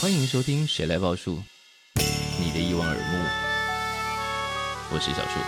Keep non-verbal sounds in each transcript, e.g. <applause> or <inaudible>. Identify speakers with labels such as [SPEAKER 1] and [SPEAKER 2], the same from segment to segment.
[SPEAKER 1] 欢迎收听《谁来报数》，你的一望而目，我是小树。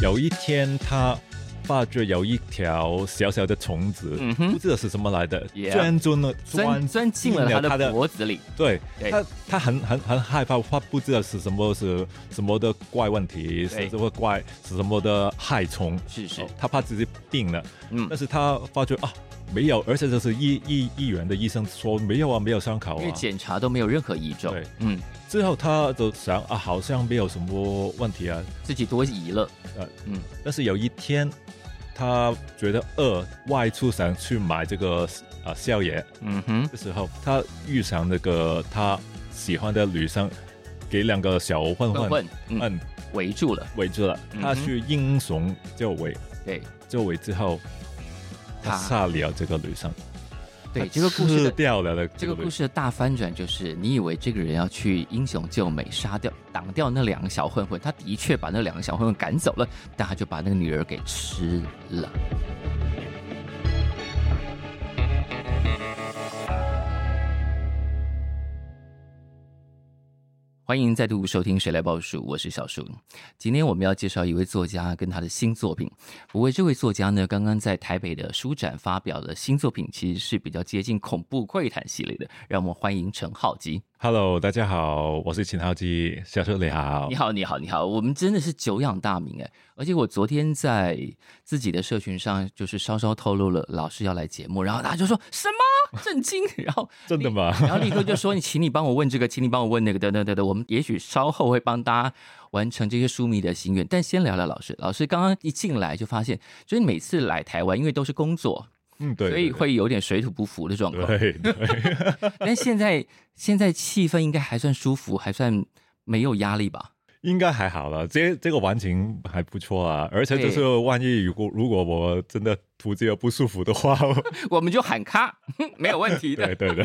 [SPEAKER 2] 有一天他发觉有一条小小的虫子，
[SPEAKER 1] 嗯哼
[SPEAKER 2] 不知道是什么来的，
[SPEAKER 1] Yeah
[SPEAKER 2] 钻进了
[SPEAKER 1] 钻钻进了
[SPEAKER 2] 了
[SPEAKER 1] 他
[SPEAKER 2] 他哦
[SPEAKER 1] 的脖子里，
[SPEAKER 2] 对
[SPEAKER 1] 对
[SPEAKER 2] 他他很很很害怕，他不知道是什么是什么的怪问题，
[SPEAKER 1] 对
[SPEAKER 2] 是什么怪是什么的害虫，
[SPEAKER 1] 是是
[SPEAKER 2] 哦他怕自己病了，
[SPEAKER 1] 嗯
[SPEAKER 2] 但，是他发觉啊。没有，而且这是医医医院的医生说没有啊，没有伤口
[SPEAKER 1] 因为
[SPEAKER 2] 啊。
[SPEAKER 1] 检查都没有任何异状
[SPEAKER 2] 对，
[SPEAKER 1] 嗯，
[SPEAKER 2] 之后他就想啊，好像没有什么问题啊，
[SPEAKER 1] 自己多疑了，嗯
[SPEAKER 2] 但是有一天，他觉得饿，外出想去买这个啊宵夜。
[SPEAKER 1] 嗯哼，
[SPEAKER 2] 这时候，他遇上那个他喜欢的女生，给两个小混
[SPEAKER 1] 混
[SPEAKER 2] 混
[SPEAKER 1] 混，嗯，
[SPEAKER 2] 嗯
[SPEAKER 1] 围住了，
[SPEAKER 2] 围住了。
[SPEAKER 1] 嗯哼
[SPEAKER 2] 他去英雄周围，
[SPEAKER 1] 对
[SPEAKER 2] 周围之后，他
[SPEAKER 1] 他
[SPEAKER 2] 杀了这个女生。
[SPEAKER 1] 对，
[SPEAKER 2] 他
[SPEAKER 1] 这个故事
[SPEAKER 2] 吃
[SPEAKER 1] 的
[SPEAKER 2] 掉了的
[SPEAKER 1] 这个
[SPEAKER 2] 女
[SPEAKER 1] 故
[SPEAKER 2] 生。
[SPEAKER 1] 事的大翻转就是，你以为这个人要去英雄救美，杀掉挡掉那两个小混混，他的确把那两个小混混赶走了，但他就把那个女儿给吃了。欢迎再度收听《谁来报数》，我是小树。今天我们要介绍一位作家跟他的新作品。不过这位作家呢，刚刚在台北的书展发表的新作品，其实是比较接近恐怖怪谈系列的。让我们欢迎陈浩基。
[SPEAKER 2] Hello，大家好，我是秦浩基，小叔你好
[SPEAKER 1] 你。好，你好，你好，我们真的是久仰大名哎！而且我昨天在自己的社群上，就是稍稍透露了老师要来节目，然后大家就说什么震惊， <laughs> 然后
[SPEAKER 2] <laughs> 真的吗？
[SPEAKER 1] 然后立刻就说：“你，请你帮我问这个，请你帮我问那个，等等等等。”我们也许稍后会帮大家完成这些书迷的心愿，但先聊聊老师。老师刚刚一进来就发现，就是每次来台湾，因为都是工作，
[SPEAKER 2] 嗯，对，
[SPEAKER 1] 所以
[SPEAKER 2] 对
[SPEAKER 1] 会有点水土不服的状况。
[SPEAKER 2] 对对，
[SPEAKER 1] 但现在现在气氛应该还算舒服，还算没有压力吧？
[SPEAKER 2] 应该还好了，这这个完情还不错啊，而且就是万一如果如果我真的肚子有不舒服的 <laughs> 话，
[SPEAKER 1] 我们就喊咔，没有问题的
[SPEAKER 2] 对。 <laughs> 对对，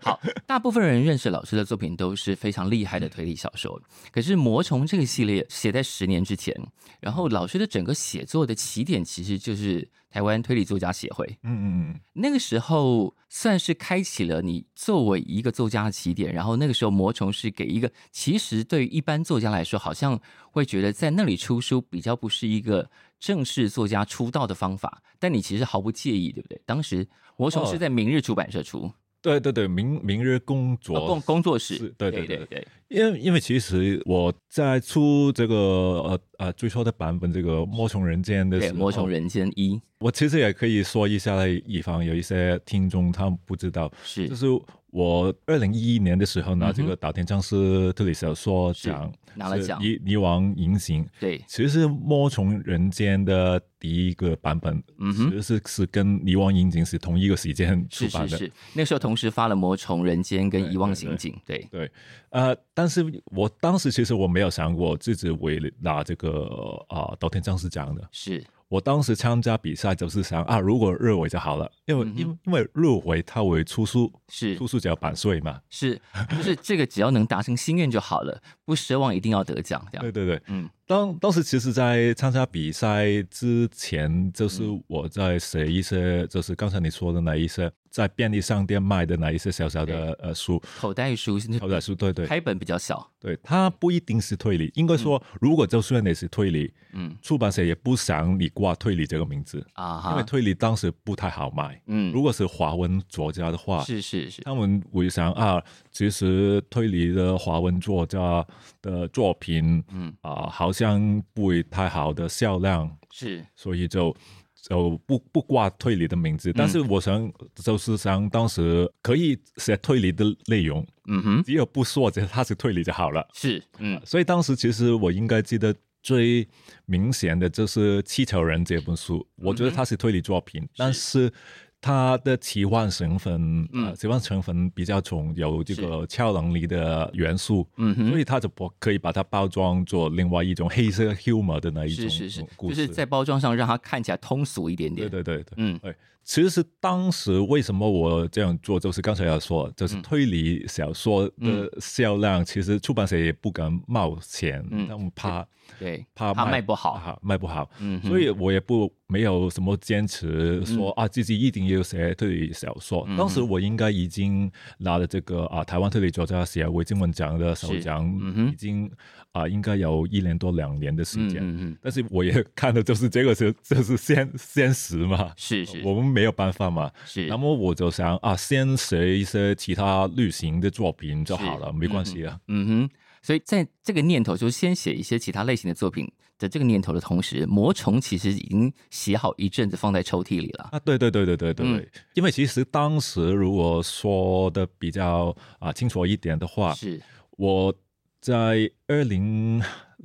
[SPEAKER 1] 好，大部分人认识老师的作品都是非常厉害的推理小说，可是《魔虫》这个系列写在十年之前，然后老师的整个写作的起点其实就是台湾推理作家协会，
[SPEAKER 2] 嗯嗯
[SPEAKER 1] 那个时候算是开启了你作为一个作家的起点。然后那个时候，《魔虫》是给一个其实对于一般作家来说，好像会觉得在那里出书比较不是一个正式作家出道的方法，但你其实毫不介意，对不对？当时《魔虫》
[SPEAKER 2] 哦
[SPEAKER 1] 是在明日出版社出。
[SPEAKER 2] 对对对，明明日哦工
[SPEAKER 1] 呃
[SPEAKER 2] 作
[SPEAKER 1] 工，工作室
[SPEAKER 2] 是，对
[SPEAKER 1] 对
[SPEAKER 2] 对
[SPEAKER 1] 对
[SPEAKER 2] 对因为因为其实我在出这个呃呃最初的版本这个《魔虫人间》的
[SPEAKER 1] 对
[SPEAKER 2] 时
[SPEAKER 1] 《
[SPEAKER 2] 候，
[SPEAKER 1] 魔虫人间一》
[SPEAKER 2] 我其实也可以说一下，以防有一些听众他们不知道，
[SPEAKER 1] 是
[SPEAKER 2] 就是我二零一一年的时候拿这
[SPEAKER 1] 嗯
[SPEAKER 2] 个岛田章司推理小说奖，
[SPEAKER 1] 拿了奖，
[SPEAKER 2] 以以往银行。
[SPEAKER 1] 对，
[SPEAKER 2] 其实《魔虫人间》的第一个版本，
[SPEAKER 1] 嗯
[SPEAKER 2] 其
[SPEAKER 1] 哼，
[SPEAKER 2] 实是是跟《遗忘阴影》是同一个时间出
[SPEAKER 1] 是
[SPEAKER 2] 版
[SPEAKER 1] 是
[SPEAKER 2] 的。
[SPEAKER 1] 是，那时候同时发了《魔虫人间》跟
[SPEAKER 2] 对
[SPEAKER 1] 《遗忘
[SPEAKER 2] 对
[SPEAKER 1] 刑
[SPEAKER 2] 对
[SPEAKER 1] 警》，对，
[SPEAKER 2] 呃，但是我当时其实我没有想过自己会拿这个啊岛田章司奖的。
[SPEAKER 1] 是
[SPEAKER 2] 我当时参加比赛就是想啊，如果入围就好了，因为
[SPEAKER 1] 嗯哼
[SPEAKER 2] 因、因为入围他会出书，
[SPEAKER 1] 是
[SPEAKER 2] 出书就要版税嘛。
[SPEAKER 1] 是，就是这个只要能达成心愿就好了，不奢望一定要得奖，这
[SPEAKER 2] 对
[SPEAKER 1] 样，
[SPEAKER 2] 对对，
[SPEAKER 1] 嗯，
[SPEAKER 2] 当当时其实，在参加比赛之前，就是
[SPEAKER 1] 嗯
[SPEAKER 2] 我在写一些，就是刚才你说的那一些，在便利商店卖的那一些小小的呃书，
[SPEAKER 1] 口袋书现在
[SPEAKER 2] 小小书，对对
[SPEAKER 1] 开本比较小，
[SPEAKER 2] 对，它不一定是推理，应该说，如果就算你是推理，
[SPEAKER 1] 嗯
[SPEAKER 2] 出版社也不想你挂推理这个名字，
[SPEAKER 1] 啊
[SPEAKER 2] 因为
[SPEAKER 1] 哈，
[SPEAKER 2] 推理当时不太好卖。
[SPEAKER 1] 嗯，
[SPEAKER 2] 如果是华文作家的话，
[SPEAKER 1] 是是是，
[SPEAKER 2] 啊他们会想啊，其实推理的华文作家的作品
[SPEAKER 1] 嗯
[SPEAKER 2] 啊、好像不会太好的销量。
[SPEAKER 1] 是
[SPEAKER 2] 所以就就不不挂推理的名字。但
[SPEAKER 1] 嗯
[SPEAKER 2] 是我想，就是想当时可以写推理的内容，
[SPEAKER 1] 嗯哼
[SPEAKER 2] 只有不说这它是推理就好了。
[SPEAKER 1] 是
[SPEAKER 2] <laughs>
[SPEAKER 1] 嗯
[SPEAKER 2] 所以当时其实我应该记得最
[SPEAKER 1] 嗯
[SPEAKER 2] 明显的就是《七巧人》这本书，我觉得它是推理作品，但是它的奇幻成分，
[SPEAKER 1] 嗯
[SPEAKER 2] 呃，奇幻成分比较重，有这
[SPEAKER 1] 是
[SPEAKER 2] 个超能力的元素，
[SPEAKER 1] 嗯哼
[SPEAKER 2] 所以它就不可以把它包装做另外一种黑色 humor 的那一种
[SPEAKER 1] 是是是，
[SPEAKER 2] 故
[SPEAKER 1] 就
[SPEAKER 2] 事。
[SPEAKER 1] 是在包装上让它看起来通俗一点点。
[SPEAKER 2] 对对对对，
[SPEAKER 1] 嗯
[SPEAKER 2] 其实当时为什么我这样做，就是刚才要说，就是
[SPEAKER 1] 嗯
[SPEAKER 2] 推理小说的销量，其实出版社也不敢冒险，
[SPEAKER 1] 嗯
[SPEAKER 2] 他们怕 <laughs>
[SPEAKER 1] 对，
[SPEAKER 2] 怕
[SPEAKER 1] 怕卖
[SPEAKER 2] 卖
[SPEAKER 1] 不好，
[SPEAKER 2] 啊卖不好，
[SPEAKER 1] 嗯哼，嗯
[SPEAKER 2] 所以我也不没有什么坚持说、啊自己一定要写推理小说。
[SPEAKER 1] 嗯哼
[SPEAKER 2] 当时我应该已经拿了这个啊台湾推理作家协会金文奖的首奖，
[SPEAKER 1] 嗯哼
[SPEAKER 2] 已经啊应该有一年多两年的时
[SPEAKER 1] 嗯
[SPEAKER 2] 间。
[SPEAKER 1] 嗯嗯，
[SPEAKER 2] 但是我也看的就是这个是就是现现实嘛，
[SPEAKER 1] 是是
[SPEAKER 2] 我们没有办法嘛。
[SPEAKER 1] 是
[SPEAKER 2] 那，么我就想啊，先写一些其他类型的作品就好了，
[SPEAKER 1] 是
[SPEAKER 2] 没关系啊。
[SPEAKER 1] 嗯哼。所以在这个念头，就是先写一些其他类型的作品的这个念头的同时，魔虫其实已经写好一阵子，放在抽屉里了。
[SPEAKER 2] 啊，对对对对对对，
[SPEAKER 1] 嗯
[SPEAKER 2] 因为其实当时如果说的比较啊清楚一点的话，
[SPEAKER 1] 是，
[SPEAKER 2] 我在二零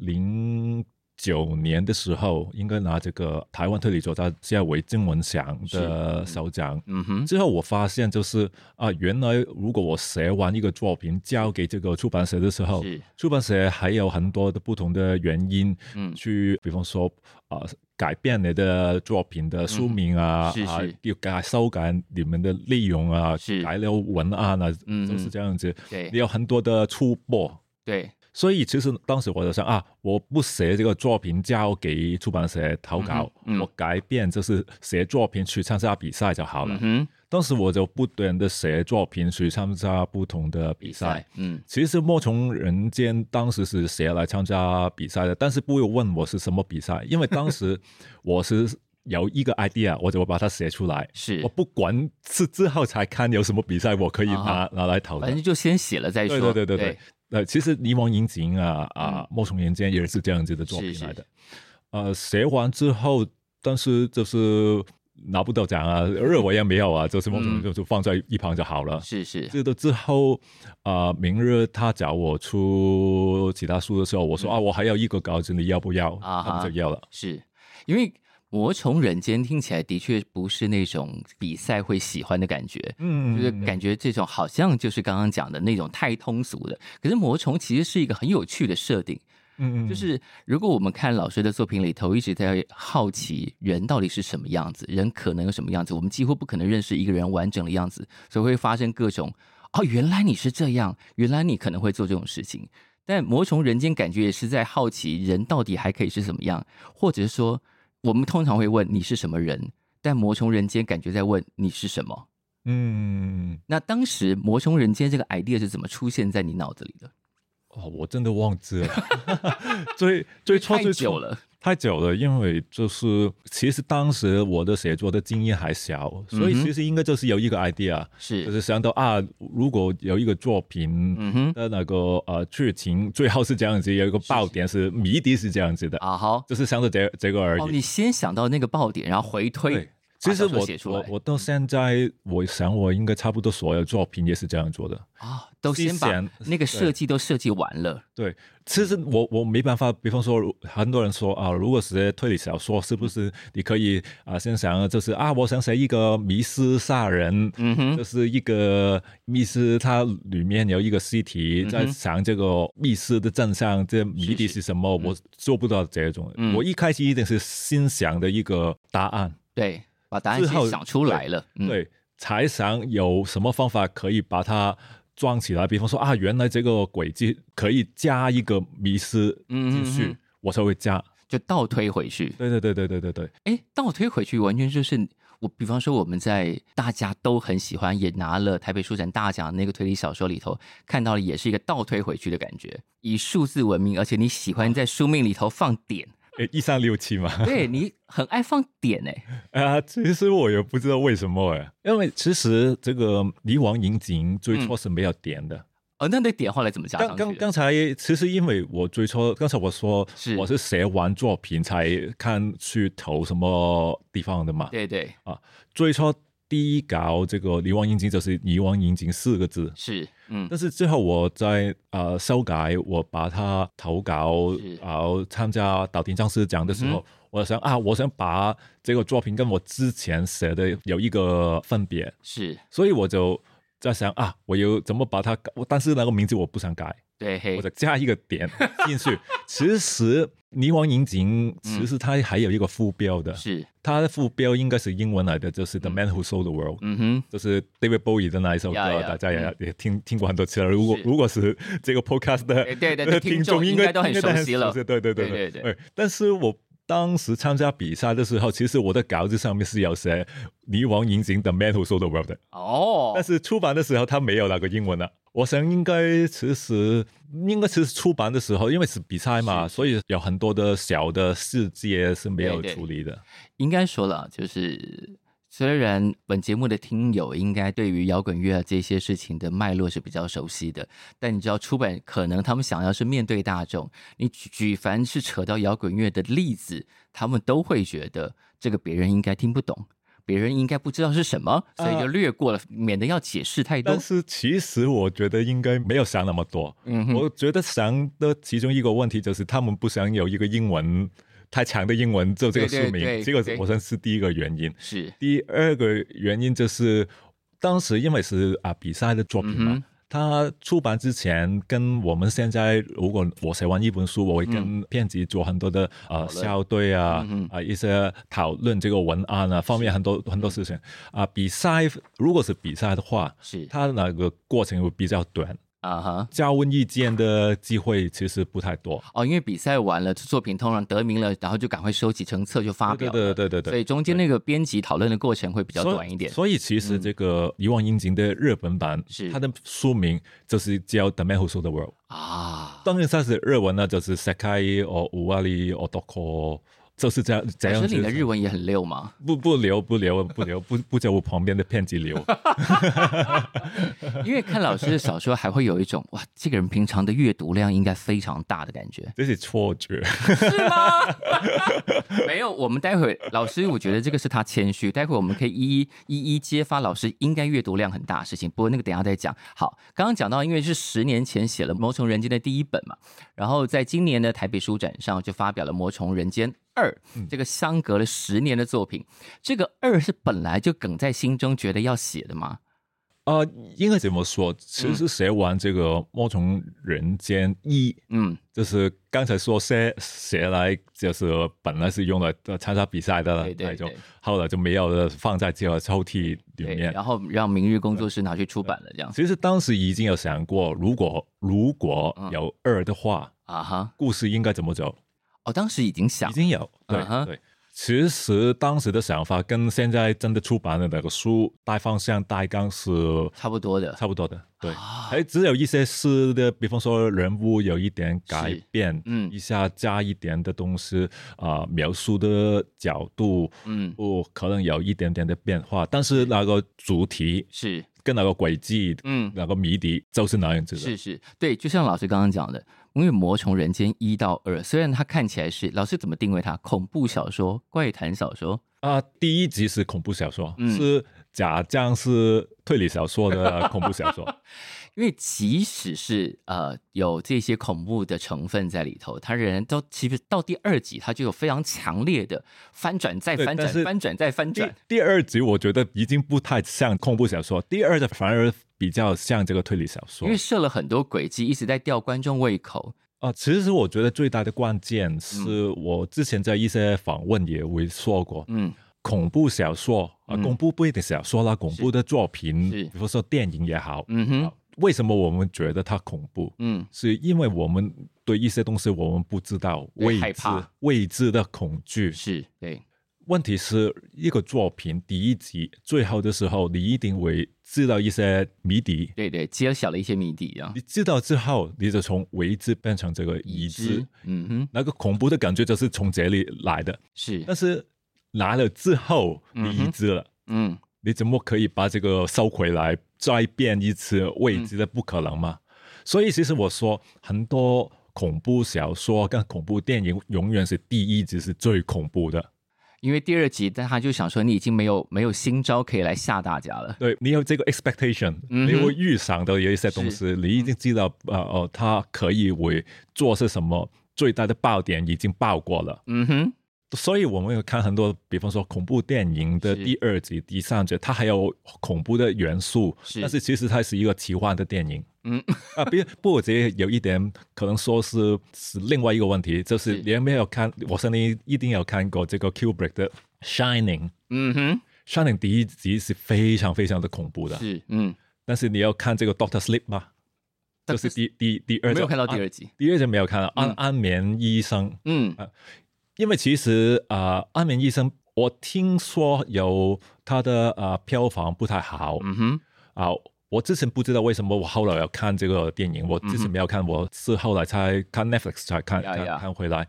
[SPEAKER 2] 零九年的时候，应该拿这个台湾推理作家谢为金文祥的首奖。
[SPEAKER 1] 嗯哼，
[SPEAKER 2] 之后我发现，就是啊，原来如果我写完一个作品交给这个出版社的时候，
[SPEAKER 1] 是，
[SPEAKER 2] 出版社还有很多的不同的原因，
[SPEAKER 1] 嗯
[SPEAKER 2] 去比方说啊、呃改变你的作品的书名啊，
[SPEAKER 1] 嗯是
[SPEAKER 2] 啊
[SPEAKER 1] 是
[SPEAKER 2] 要改修改你们的内容啊，
[SPEAKER 1] 是
[SPEAKER 2] 改了文案啊，
[SPEAKER 1] 嗯
[SPEAKER 2] 就是这样子，
[SPEAKER 1] 对
[SPEAKER 2] 有很多的突破。
[SPEAKER 1] 对，
[SPEAKER 2] 所以其实当时我就想啊，我不写这个作品交给出版社投稿，
[SPEAKER 1] 嗯哼嗯
[SPEAKER 2] 我改变就是写作品去参加比赛就好了。
[SPEAKER 1] 嗯哼，
[SPEAKER 2] 当时我就不断的写作品去参加不同的比赛。，
[SPEAKER 1] 嗯
[SPEAKER 2] 其实《莫从人间》当时是谁来参加比赛的，但是不会问我是什么比赛，因为
[SPEAKER 1] <laughs>
[SPEAKER 2] 当时我是有一个 idea，我就把它写出来，
[SPEAKER 1] 是
[SPEAKER 2] 我，不管是之后才看有什么比赛，我可以拿、
[SPEAKER 1] 啊
[SPEAKER 2] 拿来投的
[SPEAKER 1] 反。正就先写了再
[SPEAKER 2] 对
[SPEAKER 1] 说。嗯
[SPEAKER 2] 对对对对，呃，其实《泥王银井》啊啊，《莫从人间》也是这样子的作品
[SPEAKER 1] 是是
[SPEAKER 2] 来的。呃，写完之后，但是就是拿不到奖啊，而我也没有啊，就是莫从人间就放在一旁就好了。
[SPEAKER 1] 嗯是是，
[SPEAKER 2] 这个之后，啊、明日他找我出其他书的时候，我说、啊，我还有一个稿子，你要不要？
[SPEAKER 1] 嗯啊哈
[SPEAKER 2] 他们就要了。
[SPEAKER 1] 是因为《魔虫人间》听起来的确不是那种比赛会喜欢的感觉，
[SPEAKER 2] 嗯
[SPEAKER 1] 就是感觉这种好像就是刚刚讲的那种太通俗的。可是魔虫其实是一个很有趣的设定，
[SPEAKER 2] 嗯
[SPEAKER 1] 就是如果我们看老师的作品里头，一直在好奇人到底是什么样子，人可能有什么样子，我们几乎不可能认识一个人完整的样子，所以会发生各种哦，原来你是这样，原来你可能会做这种事情。但魔虫人间感觉也是在好奇人到底还可以是什么样，或者说我们通常会问你是什么人，但魔虫人间感觉在问你是什么。
[SPEAKER 2] 嗯，
[SPEAKER 1] 那当时魔虫人间这个 idea 是怎么出现在你脑子里的？
[SPEAKER 2] 哦，我真的忘记了，
[SPEAKER 1] <laughs>
[SPEAKER 2] 最最初
[SPEAKER 1] 太
[SPEAKER 2] 最
[SPEAKER 1] 久
[SPEAKER 2] 初
[SPEAKER 1] 了，
[SPEAKER 2] 太久了，因为就是其实当时我的写作的经验还小，所以
[SPEAKER 1] 嗯哼，
[SPEAKER 2] 其实应该就是有一个 idea，、就是是想到啊，如果有一个作品。
[SPEAKER 1] 嗯哼，
[SPEAKER 2] 的那个呃剧情最后是这样子，有一个爆点是谜底是这样子的，
[SPEAKER 1] 啊好，
[SPEAKER 2] 就是想到这这个而已。
[SPEAKER 1] 哦，你先想到那个爆点，然后回推
[SPEAKER 2] 对，其实
[SPEAKER 1] 把小说
[SPEAKER 2] 我
[SPEAKER 1] 写出
[SPEAKER 2] 我
[SPEAKER 1] 来
[SPEAKER 2] 我到现在，我想我应该差不多所有作品也是这样做的。
[SPEAKER 1] 啊，都
[SPEAKER 2] 之
[SPEAKER 1] 先把
[SPEAKER 2] 前
[SPEAKER 1] 那个设计都设计完了，
[SPEAKER 2] 对，其
[SPEAKER 1] 嗯
[SPEAKER 2] 实我我没办法，比方说很多人说啊，如果写推理小说，
[SPEAKER 1] 嗯
[SPEAKER 2] 是不是你可以啊先想就是啊，我想写一个迷失杀人，
[SPEAKER 1] 嗯哼，
[SPEAKER 2] 就是一个密室，它里面有一个尸体，
[SPEAKER 1] 嗯哼
[SPEAKER 2] 在想这个密室的真相，这谜
[SPEAKER 1] 是
[SPEAKER 2] 底
[SPEAKER 1] 是
[SPEAKER 2] 是什么？我做不到这种，
[SPEAKER 1] 嗯
[SPEAKER 2] 我一开始一定是先想的一个答案。
[SPEAKER 1] 对，把答案
[SPEAKER 2] 之后
[SPEAKER 1] 先想出来了，嗯，
[SPEAKER 2] 对，才想有什么方法可以把它装起来。比方说啊，原来这个轨迹可以加一个迷失进去，
[SPEAKER 1] 嗯嗯嗯
[SPEAKER 2] 我才会加。
[SPEAKER 1] 就倒推回去，
[SPEAKER 2] 对对对对对对对，
[SPEAKER 1] 哎，倒推回去完全就是我，比方说我们在大家都很喜欢，也拿了台北书展大奖的那个推理小说里头看到的，也是一个倒推回去的感觉，以数字闻名，而且你喜欢在书名里头放
[SPEAKER 2] <laughs>
[SPEAKER 1] 点，
[SPEAKER 2] 诶，一三六七嘛。 <laughs>
[SPEAKER 1] 对你很爱放点哎、
[SPEAKER 2] 啊，其实我也不知道为什么哎，因为其实这个《离王引颈》最初是没有点的。
[SPEAKER 1] 哦，那那点后来怎么嗯加上
[SPEAKER 2] 刚
[SPEAKER 1] 去
[SPEAKER 2] 刚
[SPEAKER 1] 的
[SPEAKER 2] 刚才其实因为我最初刚才我说
[SPEAKER 1] 是
[SPEAKER 2] 我是写完作品才看去投什么地方的嘛，
[SPEAKER 1] 对对，
[SPEAKER 2] 最初第一稿这个“遗忘引擎”就是“遗忘引擎”四个字，
[SPEAKER 1] 是，嗯，
[SPEAKER 2] 但是最后我在呃修改，我把它投稿
[SPEAKER 1] 是，嗯
[SPEAKER 2] 然后参加岛田将士奖的时候，我想啊，我想把这个作品跟我之前写的有一个分别，
[SPEAKER 1] 是
[SPEAKER 2] 所以我就在想啊，我有怎么把它改，但是那个名字我不想改，
[SPEAKER 1] 对，嘿
[SPEAKER 2] 我再加一个
[SPEAKER 1] <laughs>
[SPEAKER 2] 点进去。其实《泥王引擎》其实它还有一个副标的，
[SPEAKER 1] 嗯是，
[SPEAKER 2] 它的副标应该是英文来的，就是《The Man Who Sold the World》。
[SPEAKER 1] 嗯
[SPEAKER 2] <laughs>
[SPEAKER 1] 哼，
[SPEAKER 2] 就是 David Bowie 的那一首歌
[SPEAKER 1] 呀呀嗯
[SPEAKER 2] 大家也也听听过很多次了。如果
[SPEAKER 1] 是
[SPEAKER 2] 如果是这个 podcast 的
[SPEAKER 1] 哎对对对
[SPEAKER 2] 呃
[SPEAKER 1] 听
[SPEAKER 2] <laughs> 听
[SPEAKER 1] 众
[SPEAKER 2] 众，
[SPEAKER 1] 应
[SPEAKER 2] 应
[SPEAKER 1] 该
[SPEAKER 2] 该
[SPEAKER 1] 都很
[SPEAKER 2] 应该
[SPEAKER 1] 熟悉了
[SPEAKER 2] 对对对
[SPEAKER 1] 对对对
[SPEAKER 2] 对。但是我当时参加比赛的时候，其实我的稿子上面是有写《泥王引擎》的 Man Who Sold the World 的，
[SPEAKER 1] 哦
[SPEAKER 2] 但，是出版的时候它没有那个英文了。我想应该其实应该其实出版的时候，因为是比赛嘛，所以有很多的小的细节是没有
[SPEAKER 1] 对对
[SPEAKER 2] 处理的。
[SPEAKER 1] 应该说了，就是虽然本节目的听友应该对于摇滚乐啊这些事情的脉络是比较熟悉的，但你知道出版可能他们想要是面对大众，你举举凡是扯到摇滚乐的例子，他们都会觉得这个别人应该听不懂。别人应该不知道是什么，所以就
[SPEAKER 2] 啊
[SPEAKER 1] 略过了，免得要解释太多
[SPEAKER 2] 但。是其实我觉得应该没有想那么多。
[SPEAKER 1] 嗯哼
[SPEAKER 2] 我觉得想的其中一个问题就是他们不想有一个英文太强的英文做这个书
[SPEAKER 1] 对
[SPEAKER 2] 名，
[SPEAKER 1] 对对
[SPEAKER 2] 这个
[SPEAKER 1] 对
[SPEAKER 2] 我想是第一个原因。
[SPEAKER 1] 是，
[SPEAKER 2] 第二个原因就是当时因为是啊比赛的作品嘛。
[SPEAKER 1] 嗯哼
[SPEAKER 2] 它出版之前，跟我们现在，如果我写完一本书，我会跟编辑做很多的、呃
[SPEAKER 1] 论
[SPEAKER 2] 校对啊啊、
[SPEAKER 1] 嗯
[SPEAKER 2] 一些讨论这个文案啊方面很多很多事情啊、比赛如果是比赛的话，
[SPEAKER 1] 是
[SPEAKER 2] 它那个过程会比较短，
[SPEAKER 1] 啊哈。
[SPEAKER 2] 交换意见的机会其实不太多。
[SPEAKER 1] 哦，因为比赛完了，作品通常得名了，然后就赶快收集成册就发表
[SPEAKER 2] 对
[SPEAKER 1] 了。
[SPEAKER 2] 对对对对
[SPEAKER 1] 所以
[SPEAKER 2] 对。
[SPEAKER 1] 中间那个编辑讨论的过程会比较
[SPEAKER 2] 所以
[SPEAKER 1] 短一点。嗯
[SPEAKER 2] 所以其实这个《遗忘阴茎》的日本版，
[SPEAKER 1] 是
[SPEAKER 2] 它的书名就是叫《The Man Who Sold the World》。
[SPEAKER 1] 啊，
[SPEAKER 2] 当然，它是日文呢，就是《Sekai or Uwari or Doko》，就是这样这样
[SPEAKER 1] 可
[SPEAKER 2] 子。
[SPEAKER 1] 是你的日文也很溜嘛。
[SPEAKER 2] 不不留不留不留不不叫我旁边的骗
[SPEAKER 1] <laughs>
[SPEAKER 2] 子留。，
[SPEAKER 1] 因为看老师的小说，还会有一种哇，这个人平常的阅读量应该非常大的感觉
[SPEAKER 2] 这是错觉。
[SPEAKER 1] 是吗？ <laughs> 没有，我们待会老师，我觉得这个是他谦虚，待会我们可以一一一一揭发老师应该阅读量很大的事情。不过那个等一下再讲。好，刚刚讲到，因为是十年前写了《魔虫人间》的第一本嘛，然后在今年的台北书展上就发表了《魔虫人间二》
[SPEAKER 2] 嗯
[SPEAKER 1] 这个相隔了十年的作品。这个二是本来就梗在心中觉得要写的吗？
[SPEAKER 2] 啊、应该怎么说？其实写完这个《魔虫人间一》，
[SPEAKER 1] 嗯，
[SPEAKER 2] 就是刚才说写写来，就是本来是用来呃参加比赛的那
[SPEAKER 1] 对
[SPEAKER 2] 种，
[SPEAKER 1] 对对
[SPEAKER 2] 后来就没有了，放在这个抽屉里
[SPEAKER 1] 对，哦
[SPEAKER 2] 面。
[SPEAKER 1] 然后让明日工作室拿去出版了，这样
[SPEAKER 2] 其实当时已经有想过，如果如果
[SPEAKER 1] 嗯
[SPEAKER 2] 有二的话，
[SPEAKER 1] 啊哈。
[SPEAKER 2] 故事应该怎么走？
[SPEAKER 1] 哦，当时已经想
[SPEAKER 2] 已经有，对、
[SPEAKER 1] 嗯哼
[SPEAKER 2] 对。其实当时的想法跟现在真的出版的那个书大方向大纲是
[SPEAKER 1] 差不多的，
[SPEAKER 2] 差不多的，对，
[SPEAKER 1] 啊
[SPEAKER 2] 还只有一些事的，比方说人物有一点改变，
[SPEAKER 1] 嗯
[SPEAKER 2] 一下加一点的东西，啊、描述的角度，
[SPEAKER 1] 嗯，
[SPEAKER 2] 哦，可能有一点点的变化，但是那个主题
[SPEAKER 1] 是，
[SPEAKER 2] 跟那个轨迹，
[SPEAKER 1] 嗯，
[SPEAKER 2] 那个谜底就是那样子的，
[SPEAKER 1] 是是，对，就像老师刚刚讲的，因为《魔虫人间》一到二，虽然它看起来是老师怎么定位它，恐怖小说、怪谈小说，
[SPEAKER 2] 啊，第一集是恐怖小说，
[SPEAKER 1] 嗯
[SPEAKER 2] 是假将是推理小说的 <laughs> 恐怖
[SPEAKER 1] <laughs>
[SPEAKER 2] 小说，
[SPEAKER 1] 因为即使是呃有这些恐怖的成分在里头，它仍然都其实到第二集，它就有非常强烈的翻转再
[SPEAKER 2] 对
[SPEAKER 1] 哎翻
[SPEAKER 2] 但
[SPEAKER 1] 转、
[SPEAKER 2] 是
[SPEAKER 1] 翻转再翻
[SPEAKER 2] 第
[SPEAKER 1] 转。
[SPEAKER 2] 第二集我觉得已经不太像恐怖小说，第二的反而比较像这个推理小说
[SPEAKER 1] 因为。设了很多轨迹，一直在吊观众胃口。
[SPEAKER 2] 啊，其实我觉得最大的关
[SPEAKER 1] 嗯
[SPEAKER 2] 键是我之前在一些访问也会说过，
[SPEAKER 1] 嗯，
[SPEAKER 2] 恐怖小说啊，
[SPEAKER 1] 嗯
[SPEAKER 2] 恐怖不一定小说啦，恐怖的作品，
[SPEAKER 1] 是
[SPEAKER 2] 比如说电影也好，
[SPEAKER 1] 嗯
[SPEAKER 2] 啊
[SPEAKER 1] 哼，
[SPEAKER 2] 为什么我们觉得它恐怖？
[SPEAKER 1] 嗯，
[SPEAKER 2] 是因为我们对一些东西我们不知道，
[SPEAKER 1] 对
[SPEAKER 2] 未
[SPEAKER 1] 害
[SPEAKER 2] 知
[SPEAKER 1] 怕、
[SPEAKER 2] 未知的恐惧。
[SPEAKER 1] 是对，
[SPEAKER 2] 问题是一个作品第一集最后的时候，你一定会知道一些谜底。
[SPEAKER 1] 对对，揭晓了一些谜底啊
[SPEAKER 2] 你。知道之后，你就从未知变成这个已知，，
[SPEAKER 1] 嗯哼，
[SPEAKER 2] 那个恐怖的感觉就是从这里来的。
[SPEAKER 1] 是，
[SPEAKER 2] 但是拿了之后，你
[SPEAKER 1] 嗯
[SPEAKER 2] 已
[SPEAKER 1] 哼
[SPEAKER 2] 知了，
[SPEAKER 1] 嗯，
[SPEAKER 2] 你怎么可以把这个收回来，再变一次未知的不可能吗？所以其实我说很多恐怖小说跟恐怖电影永远是第一集是最恐怖的，
[SPEAKER 1] 因为第二集，但他就想说你已经没有没有新招可以来吓大家了。
[SPEAKER 2] 对你有这个 expectation，、
[SPEAKER 1] 嗯哼
[SPEAKER 2] 你会预想到有一些东西，你已经知道呃哦，他可以会做是什么，最大的爆点已经爆过了。
[SPEAKER 1] 嗯哼，
[SPEAKER 2] 所以我们有看很多，比方说恐怖电影的
[SPEAKER 1] 是
[SPEAKER 2] 第二集、第三集，它还有恐怖的元素，
[SPEAKER 1] 是
[SPEAKER 2] 但是其实它是一个奇幻的电影。
[SPEAKER 1] 嗯
[SPEAKER 2] 啊，不，不过这有一点可能说是是另外一个问题，就是
[SPEAKER 1] 是
[SPEAKER 2] 你有没有看？我相信一定有看过这个 Kubrick 的《Shining》，
[SPEAKER 1] 嗯哼，
[SPEAKER 2] 《Shining》第一集是非常非常的恐怖的，
[SPEAKER 1] 是嗯，
[SPEAKER 2] 但是你要看这个 Doctor Sleep 吗？就
[SPEAKER 1] Doctor
[SPEAKER 2] 是第第第二
[SPEAKER 1] 我
[SPEAKER 2] 集
[SPEAKER 1] 没有看到第
[SPEAKER 2] 啊
[SPEAKER 1] 二集。
[SPEAKER 2] 第二集没有看到安、
[SPEAKER 1] 嗯
[SPEAKER 2] 安眠医生，
[SPEAKER 1] 嗯
[SPEAKER 2] 因为其实啊、呃安眠医生我听说有他的呃票房不太好
[SPEAKER 1] 嗯哼，
[SPEAKER 2] 啊、我之前不知道为什么我后来要看这个电影，我之前没有看，我是后来才看 Netflix 才看
[SPEAKER 1] 嗯呀
[SPEAKER 2] 看
[SPEAKER 1] 呀
[SPEAKER 2] 看回来，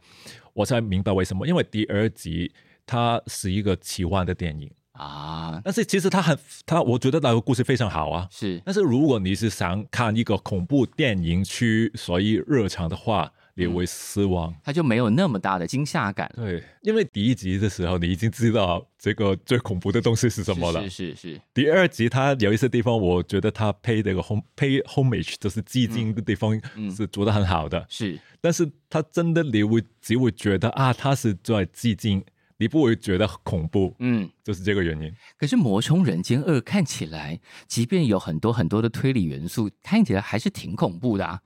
[SPEAKER 2] 我才明白为什么，因为第二集它是一个奇幻的电影，
[SPEAKER 1] 啊，
[SPEAKER 2] 但是其实它很它我觉得那个故事非常好啊，
[SPEAKER 1] 是
[SPEAKER 2] 但是如果你是想看一个恐怖电影去所以热场的话，你
[SPEAKER 1] 嗯
[SPEAKER 2] 会失望。
[SPEAKER 1] 他就没有那么大的惊吓感了。
[SPEAKER 2] 对，因为第一集的时候你已经知道这个最恐怖的东西是什么了。
[SPEAKER 1] 是是是是，
[SPEAKER 2] 第二集它有一些地方，我觉得它配这个 home 配 homage 就是致敬的地方
[SPEAKER 1] 嗯
[SPEAKER 2] 是做得很好的，
[SPEAKER 1] 是
[SPEAKER 2] 但是它真的你会只会觉得啊，它是在致敬，你不会觉得恐怖，
[SPEAKER 1] 嗯。
[SPEAKER 2] 就是这个原因。
[SPEAKER 1] 可是《魔冲人间二》看起来，即便有很多很多的推理元素，看起来还是挺恐怖的啊。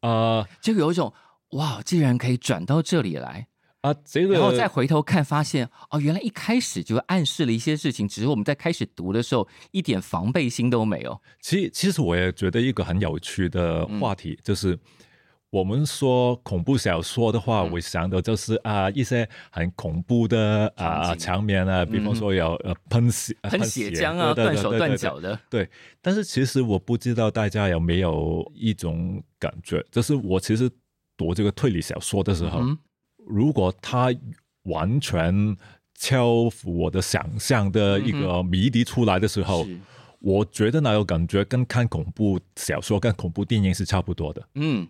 [SPEAKER 2] 啊、
[SPEAKER 1] 就有一种哇，既然可以转到这里来，
[SPEAKER 2] 啊，这个
[SPEAKER 1] 然后再回头看，发现哦，原来一开始就暗示了一些事情，只是我们在开始读的时候一点防备心都没
[SPEAKER 2] <laughs>
[SPEAKER 1] 有。
[SPEAKER 2] 其其实我也觉得一个很有趣的
[SPEAKER 1] 嗯
[SPEAKER 2] 话题，就是我们说恐怖小说的话，
[SPEAKER 1] 嗯
[SPEAKER 2] 我想的就是啊、一些很恐怖的啊、
[SPEAKER 1] 场景嗯
[SPEAKER 2] 场面啊，比方说有呃喷血、呃
[SPEAKER 1] 喷血浆啊，
[SPEAKER 2] 对对
[SPEAKER 1] 断
[SPEAKER 2] 对
[SPEAKER 1] 手
[SPEAKER 2] 对
[SPEAKER 1] 断
[SPEAKER 2] 对
[SPEAKER 1] 脚的，
[SPEAKER 2] 对，但是其实我不知道大家有没有一种感觉，就是我其实读这个推理小说的时候，
[SPEAKER 1] 嗯，
[SPEAKER 2] 如果它完全超乎我的想象的一个谜底出来的时候。
[SPEAKER 1] 嗯是，
[SPEAKER 2] 我觉得那个感觉跟看恐怖小说、跟恐怖电影是差不多的。
[SPEAKER 1] 嗯，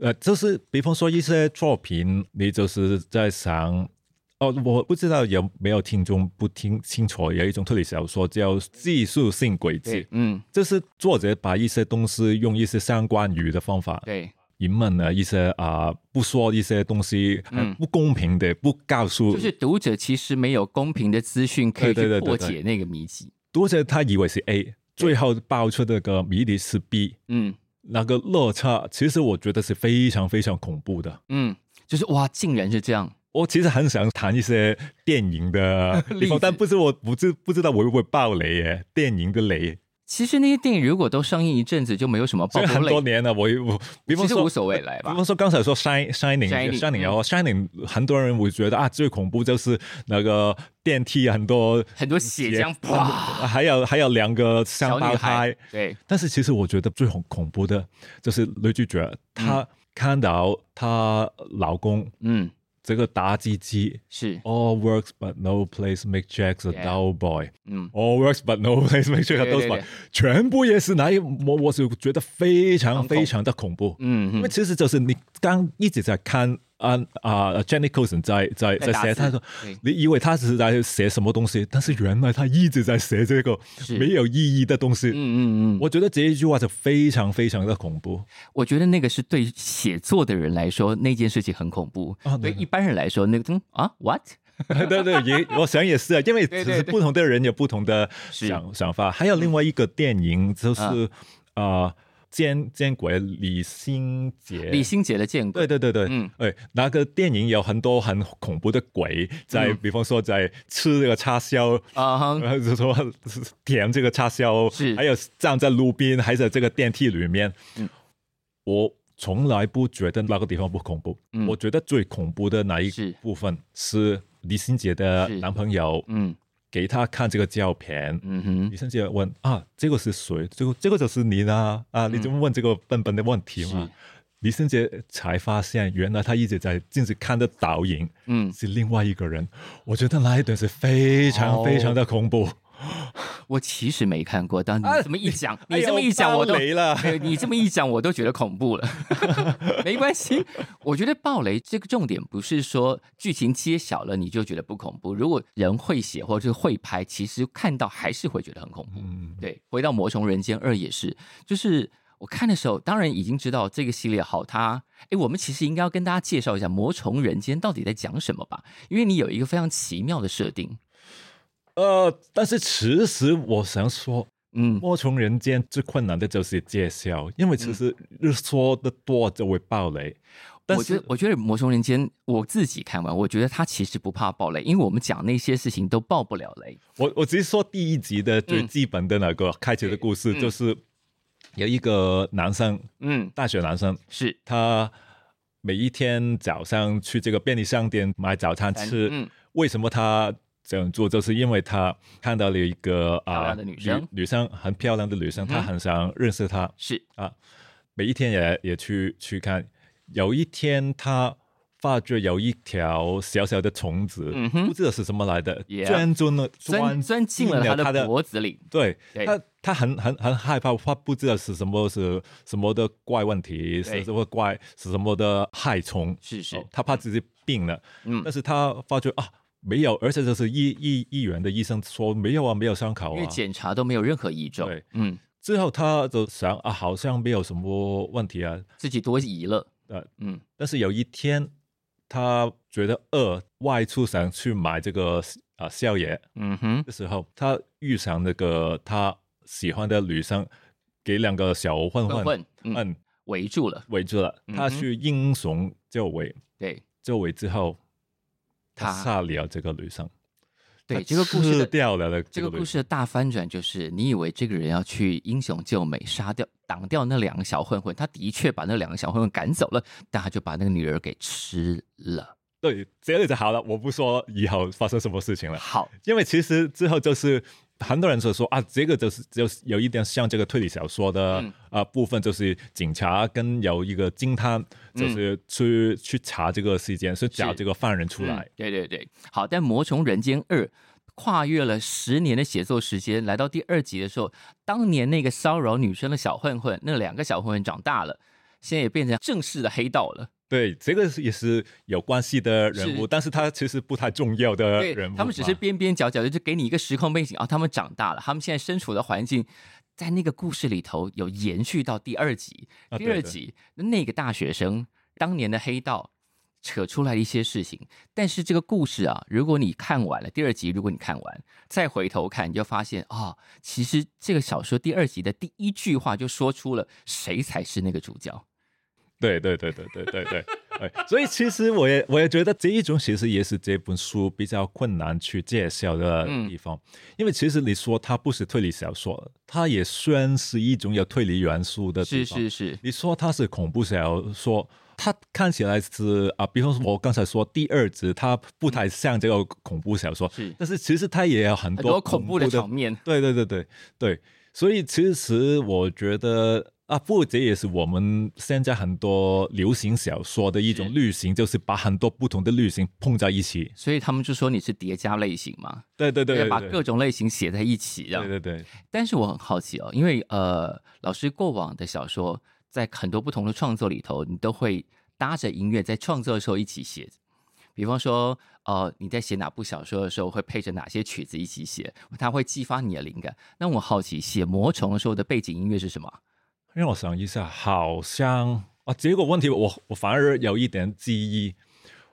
[SPEAKER 2] 呃，就是比方说一些作品，你就是在想，哦，我不知道有没有听众不听清楚，有一种推理小说叫技术性轨迹
[SPEAKER 1] 对，，嗯，
[SPEAKER 2] 就是作者把一些东西用一些相关语的方法
[SPEAKER 1] 对，
[SPEAKER 2] 引问了一些啊、不说一些东西，
[SPEAKER 1] 嗯
[SPEAKER 2] 很不公平的，不告诉，
[SPEAKER 1] 就是读者其实没有公平的资讯可以
[SPEAKER 2] 对对
[SPEAKER 1] 去
[SPEAKER 2] 对对
[SPEAKER 1] 破
[SPEAKER 2] 对
[SPEAKER 1] 解那个谜题。
[SPEAKER 2] 读者他以为是 A，最后爆出那个谜底是 B。
[SPEAKER 1] 嗯
[SPEAKER 2] 那个落差，其实我觉得是非常非常恐怖的。
[SPEAKER 1] 嗯，就是哇，竟然是这样，
[SPEAKER 2] 我其实很想谈一些电
[SPEAKER 1] <laughs>
[SPEAKER 2] 影的地
[SPEAKER 1] 例子
[SPEAKER 2] 方，但不是我不知不知道我会不会爆雷耶？电影的
[SPEAKER 1] 哦
[SPEAKER 2] 雷，
[SPEAKER 1] 其实那些电影如果都上映一阵子，就没有什么爆
[SPEAKER 2] 所以
[SPEAKER 1] 破
[SPEAKER 2] 很多
[SPEAKER 1] 类，
[SPEAKER 2] 年了，我我
[SPEAKER 1] 其
[SPEAKER 2] 比方
[SPEAKER 1] 实
[SPEAKER 2] 说
[SPEAKER 1] 无。所谓来
[SPEAKER 2] 比
[SPEAKER 1] 吧
[SPEAKER 2] 方。说，刚才说 Shine Shining
[SPEAKER 1] Shining，嗯
[SPEAKER 2] Shining 然后 Shining，很多人会觉得啊，最恐怖就是那个电梯很多
[SPEAKER 1] 很多血浆啪，
[SPEAKER 2] 还有还有两个
[SPEAKER 1] 小女
[SPEAKER 2] 双胞
[SPEAKER 1] 孩
[SPEAKER 2] 胎，，
[SPEAKER 1] 对，
[SPEAKER 2] 但是其实我觉得最恐恐怖的就是女主角，她看到她老公
[SPEAKER 1] 嗯，
[SPEAKER 2] 这个打字机
[SPEAKER 1] 是，
[SPEAKER 2] ，all works but no place make Jack a
[SPEAKER 1] Yeah.
[SPEAKER 2] dull boy。
[SPEAKER 1] 嗯。
[SPEAKER 2] All works but no place make Jack
[SPEAKER 1] 对
[SPEAKER 2] a
[SPEAKER 1] 对
[SPEAKER 2] dull
[SPEAKER 1] 对
[SPEAKER 2] boy，全部也是那一我我是觉得非常
[SPEAKER 1] 很恐
[SPEAKER 2] 非常的恐怖，因
[SPEAKER 1] 嗯
[SPEAKER 2] 为
[SPEAKER 1] 嗯，
[SPEAKER 2] 其实就是你刚一直在看啊啊 Jenny Coulson 在在
[SPEAKER 1] 在
[SPEAKER 2] 在
[SPEAKER 1] 打
[SPEAKER 2] 写
[SPEAKER 1] 字
[SPEAKER 2] 他说
[SPEAKER 1] 对，
[SPEAKER 2] 你以为他是在写什么东西，但是原来他一直在写这个
[SPEAKER 1] 是
[SPEAKER 2] 没有意义的东西。
[SPEAKER 1] 嗯嗯嗯，我
[SPEAKER 2] 我觉得这一句话就非常非常的恐怖。
[SPEAKER 1] 我觉得那个是对写作的人来说，那件事情很恐怖；
[SPEAKER 2] 啊
[SPEAKER 1] 对
[SPEAKER 2] 对
[SPEAKER 1] 一般人来说，那个嗯啊，what？
[SPEAKER 2] <laughs> 对对，也我想也是啊，因为
[SPEAKER 1] 对
[SPEAKER 2] 只
[SPEAKER 1] 对
[SPEAKER 2] 是
[SPEAKER 1] 对
[SPEAKER 2] 不同的人有不同的
[SPEAKER 1] 是嗯
[SPEAKER 2] 想想法。还有另外一个电影就是呃，见见鬼李心洁。
[SPEAKER 1] 李心洁的见鬼，
[SPEAKER 2] 对对对对，
[SPEAKER 1] 嗯
[SPEAKER 2] 嗯，哎，那个电影有很多很恐怖的鬼，在、
[SPEAKER 1] 嗯
[SPEAKER 2] 比方说在吃这个叉烧，
[SPEAKER 1] 啊 <laughs> 哈，
[SPEAKER 2] 然后就呃说舔这个叉烧，
[SPEAKER 1] 是
[SPEAKER 2] 还有站在路边，还在这个电梯里面，
[SPEAKER 1] 嗯
[SPEAKER 2] 我从来不觉得那个地方不恐怖，
[SPEAKER 1] 嗯
[SPEAKER 2] 我觉得最恐怖的那一
[SPEAKER 1] 是
[SPEAKER 2] 部分是李心洁的
[SPEAKER 1] 是
[SPEAKER 2] 男朋友
[SPEAKER 1] 嗯
[SPEAKER 2] 给她看这个照片。
[SPEAKER 1] 嗯哼，
[SPEAKER 2] 李心洁问啊，这个是谁？这个这个就是你啦啊！
[SPEAKER 1] 嗯
[SPEAKER 2] 你怎么问这个笨笨的问题嘛？李心洁才发现，原来她一直在镜子看的倒影
[SPEAKER 1] 嗯，
[SPEAKER 2] 是另外一个人。我觉得那一段是非常
[SPEAKER 1] 哦
[SPEAKER 2] 非常的恐怖。
[SPEAKER 1] 我其实没看过，但你这么一讲，
[SPEAKER 2] 哎
[SPEAKER 1] 你
[SPEAKER 2] 呦
[SPEAKER 1] 这么一讲，我都
[SPEAKER 2] 爆雷啊了
[SPEAKER 1] 没有你这么一讲，我都觉得恐怖
[SPEAKER 2] <laughs>
[SPEAKER 1] 了。 <laughs> 没关系，我觉得暴雷这个重点不是说剧情揭晓了你就觉得不恐怖，如果人会写或者是会拍，其实看到还是会觉得很恐怖。
[SPEAKER 2] 嗯，
[SPEAKER 1] 对，回到《魔虫人间二》也是，就是我看的时候，当然已经知道这个系列好，它诶，我们其实应该要跟大家介绍一下《魔虫人间》到底在讲什么吧，因为你有一个非常奇妙的设定。
[SPEAKER 2] 呃，但是其实我想说，
[SPEAKER 1] 嗯，
[SPEAKER 2] 莫从人间最困难的就是介绍，因为其实说的多就会爆雷。但
[SPEAKER 1] 嗯我觉
[SPEAKER 2] 是
[SPEAKER 1] 得，我觉得《魔兽人间》，我自己看完，我觉得它其实不怕爆雷，因为我们讲那些事情都爆不了雷。
[SPEAKER 2] 我我只是说第一集的最基本的那个开始的故事，
[SPEAKER 1] 嗯
[SPEAKER 2] 就是有一个男生，
[SPEAKER 1] 嗯，
[SPEAKER 2] 大学男生，
[SPEAKER 1] 是，
[SPEAKER 2] 他每一天早上去这个便利商店买早餐吃。
[SPEAKER 1] 嗯
[SPEAKER 2] 为什么他这样做？就是因为他看到了一个
[SPEAKER 1] 漂
[SPEAKER 2] 啊、
[SPEAKER 1] 亮的女生
[SPEAKER 2] 女生很漂亮的女生，
[SPEAKER 1] 嗯哼
[SPEAKER 2] 他很想认识她。
[SPEAKER 1] 是，
[SPEAKER 2] 每一天也也去去看。有一天，他发觉有一条小小的虫子，
[SPEAKER 1] 嗯哼
[SPEAKER 2] 不知道是什么来的，
[SPEAKER 1] Yeah
[SPEAKER 2] 钻进了
[SPEAKER 1] 钻钻进了
[SPEAKER 2] 他
[SPEAKER 1] 他的脖子里。
[SPEAKER 2] 对
[SPEAKER 1] 对
[SPEAKER 2] 他，他很很很害怕，他不知道是什么是什么的怪问题，
[SPEAKER 1] 对
[SPEAKER 2] 是什么怪是什么的害虫，
[SPEAKER 1] 是是
[SPEAKER 2] 哦他怕自己病了。
[SPEAKER 1] 嗯
[SPEAKER 2] 但，是他发觉啊，没有，而且就是医医医院的医生说没有啊，没有伤口
[SPEAKER 1] 因为
[SPEAKER 2] 啊。
[SPEAKER 1] 检查都没有任何异状
[SPEAKER 2] 对。
[SPEAKER 1] 嗯，
[SPEAKER 2] 之后他就想啊，好像没有什么问题啊，
[SPEAKER 1] 自己多疑了。
[SPEAKER 2] 呃，
[SPEAKER 1] 嗯，
[SPEAKER 2] 但是有一天，他觉得饿，外出想去买这个啊、呃宵夜
[SPEAKER 1] 嗯哼，
[SPEAKER 2] 的时候，他遇上那个他喜欢的女生，给两个小混
[SPEAKER 1] 混
[SPEAKER 2] 混
[SPEAKER 1] 混，嗯，
[SPEAKER 2] 嗯
[SPEAKER 1] 围住了。
[SPEAKER 2] 围住了，
[SPEAKER 1] 嗯哼
[SPEAKER 2] 他去英雄周围，
[SPEAKER 1] 对
[SPEAKER 2] 周围之后，他
[SPEAKER 1] 他
[SPEAKER 2] 杀了这个女生，
[SPEAKER 1] 对，
[SPEAKER 2] 他
[SPEAKER 1] 这个故事
[SPEAKER 2] 吃
[SPEAKER 1] 的。
[SPEAKER 2] 掉了那
[SPEAKER 1] 这个
[SPEAKER 2] 女
[SPEAKER 1] 故事的大翻转就是，你以为这个人要去英雄救美，杀掉、挡掉那两个小混混，他的确把那两个小混混赶走了，但他就把那个女儿给吃
[SPEAKER 2] <laughs>
[SPEAKER 1] 了。
[SPEAKER 2] 对，这里就好了，我不说以后发生什么事情
[SPEAKER 1] <laughs>
[SPEAKER 2] 了。
[SPEAKER 1] 好，
[SPEAKER 2] 因为其实之后就是很多人就说啊，这个就是就是有一点像这个推理小说的啊
[SPEAKER 1] 嗯、
[SPEAKER 2] 呃部分，就是警察跟有一个侦探，就是去、去查这个事件，是找
[SPEAKER 1] 是
[SPEAKER 2] 这个犯人出来
[SPEAKER 1] 嗯。对对对，好，但《魔虫人间二》跨越了十年的写作时间，来到第二集的时候，当年那个骚扰女生的小混混，那两个小混混长大了，现在也变成正式的黑道了。
[SPEAKER 2] 对，这个是也是有关系的人物，
[SPEAKER 1] 是
[SPEAKER 2] 但是他其实不太重要的
[SPEAKER 1] 对
[SPEAKER 2] 人物嘛。
[SPEAKER 1] 他们只是边边角角的，就给你一个时空背景啊，他们长大了，他们现在身处的环境。在那个故事里头有延续到第二集，
[SPEAKER 2] 啊
[SPEAKER 1] 第
[SPEAKER 2] 对
[SPEAKER 1] 二
[SPEAKER 2] 对
[SPEAKER 1] 集、那个大学生当年的黑道扯出来一些事情，但是这个故事啊，如果你看完了第二集，如果你看完再回头看，你就发现啊、其实这个小说第二集的第一句话就说出了谁才是那个主角。
[SPEAKER 2] 对对对对对对对。哎所以其实我也我也觉得这一种其实也是这本书比较困难去介绍的
[SPEAKER 1] 嗯
[SPEAKER 2] 地方，因为其实你说它不是推理小说，它也算是一种有推理元素的
[SPEAKER 1] 是
[SPEAKER 2] 地方。
[SPEAKER 1] 是是，
[SPEAKER 2] 你说它是恐怖小说，它看起来是啊，比方说我刚才说第二集，它不太像这个恐怖小说，
[SPEAKER 1] 是
[SPEAKER 2] 但是其实它也有很
[SPEAKER 1] 很
[SPEAKER 2] 多
[SPEAKER 1] 多恐怖的场面。
[SPEAKER 2] 对对对对对，所以其实我觉得啊，不过这也是我们现在很多流行小说的一种
[SPEAKER 1] 是
[SPEAKER 2] 类型，就是把很多不同的类型碰在一起。
[SPEAKER 1] 所以他们就说你是叠加类型嘛，
[SPEAKER 2] 对对对对，
[SPEAKER 1] 把
[SPEAKER 2] 对
[SPEAKER 1] 各种类型写在一起，这样
[SPEAKER 2] 对。对对，
[SPEAKER 1] 但是我很好奇哦，因为呃，老师过往的小说在很多不同的创作里头，你都会搭着音乐在创作的时候一起写。比方说，呃，你在写哪部小说的时候，会配着哪些曲子一起写，它会激发你的灵感。那我好奇，写《魔虫》的时候的背景音乐是什么？
[SPEAKER 2] 让我想一下，好像啊，这个问题我我反而有一点记忆，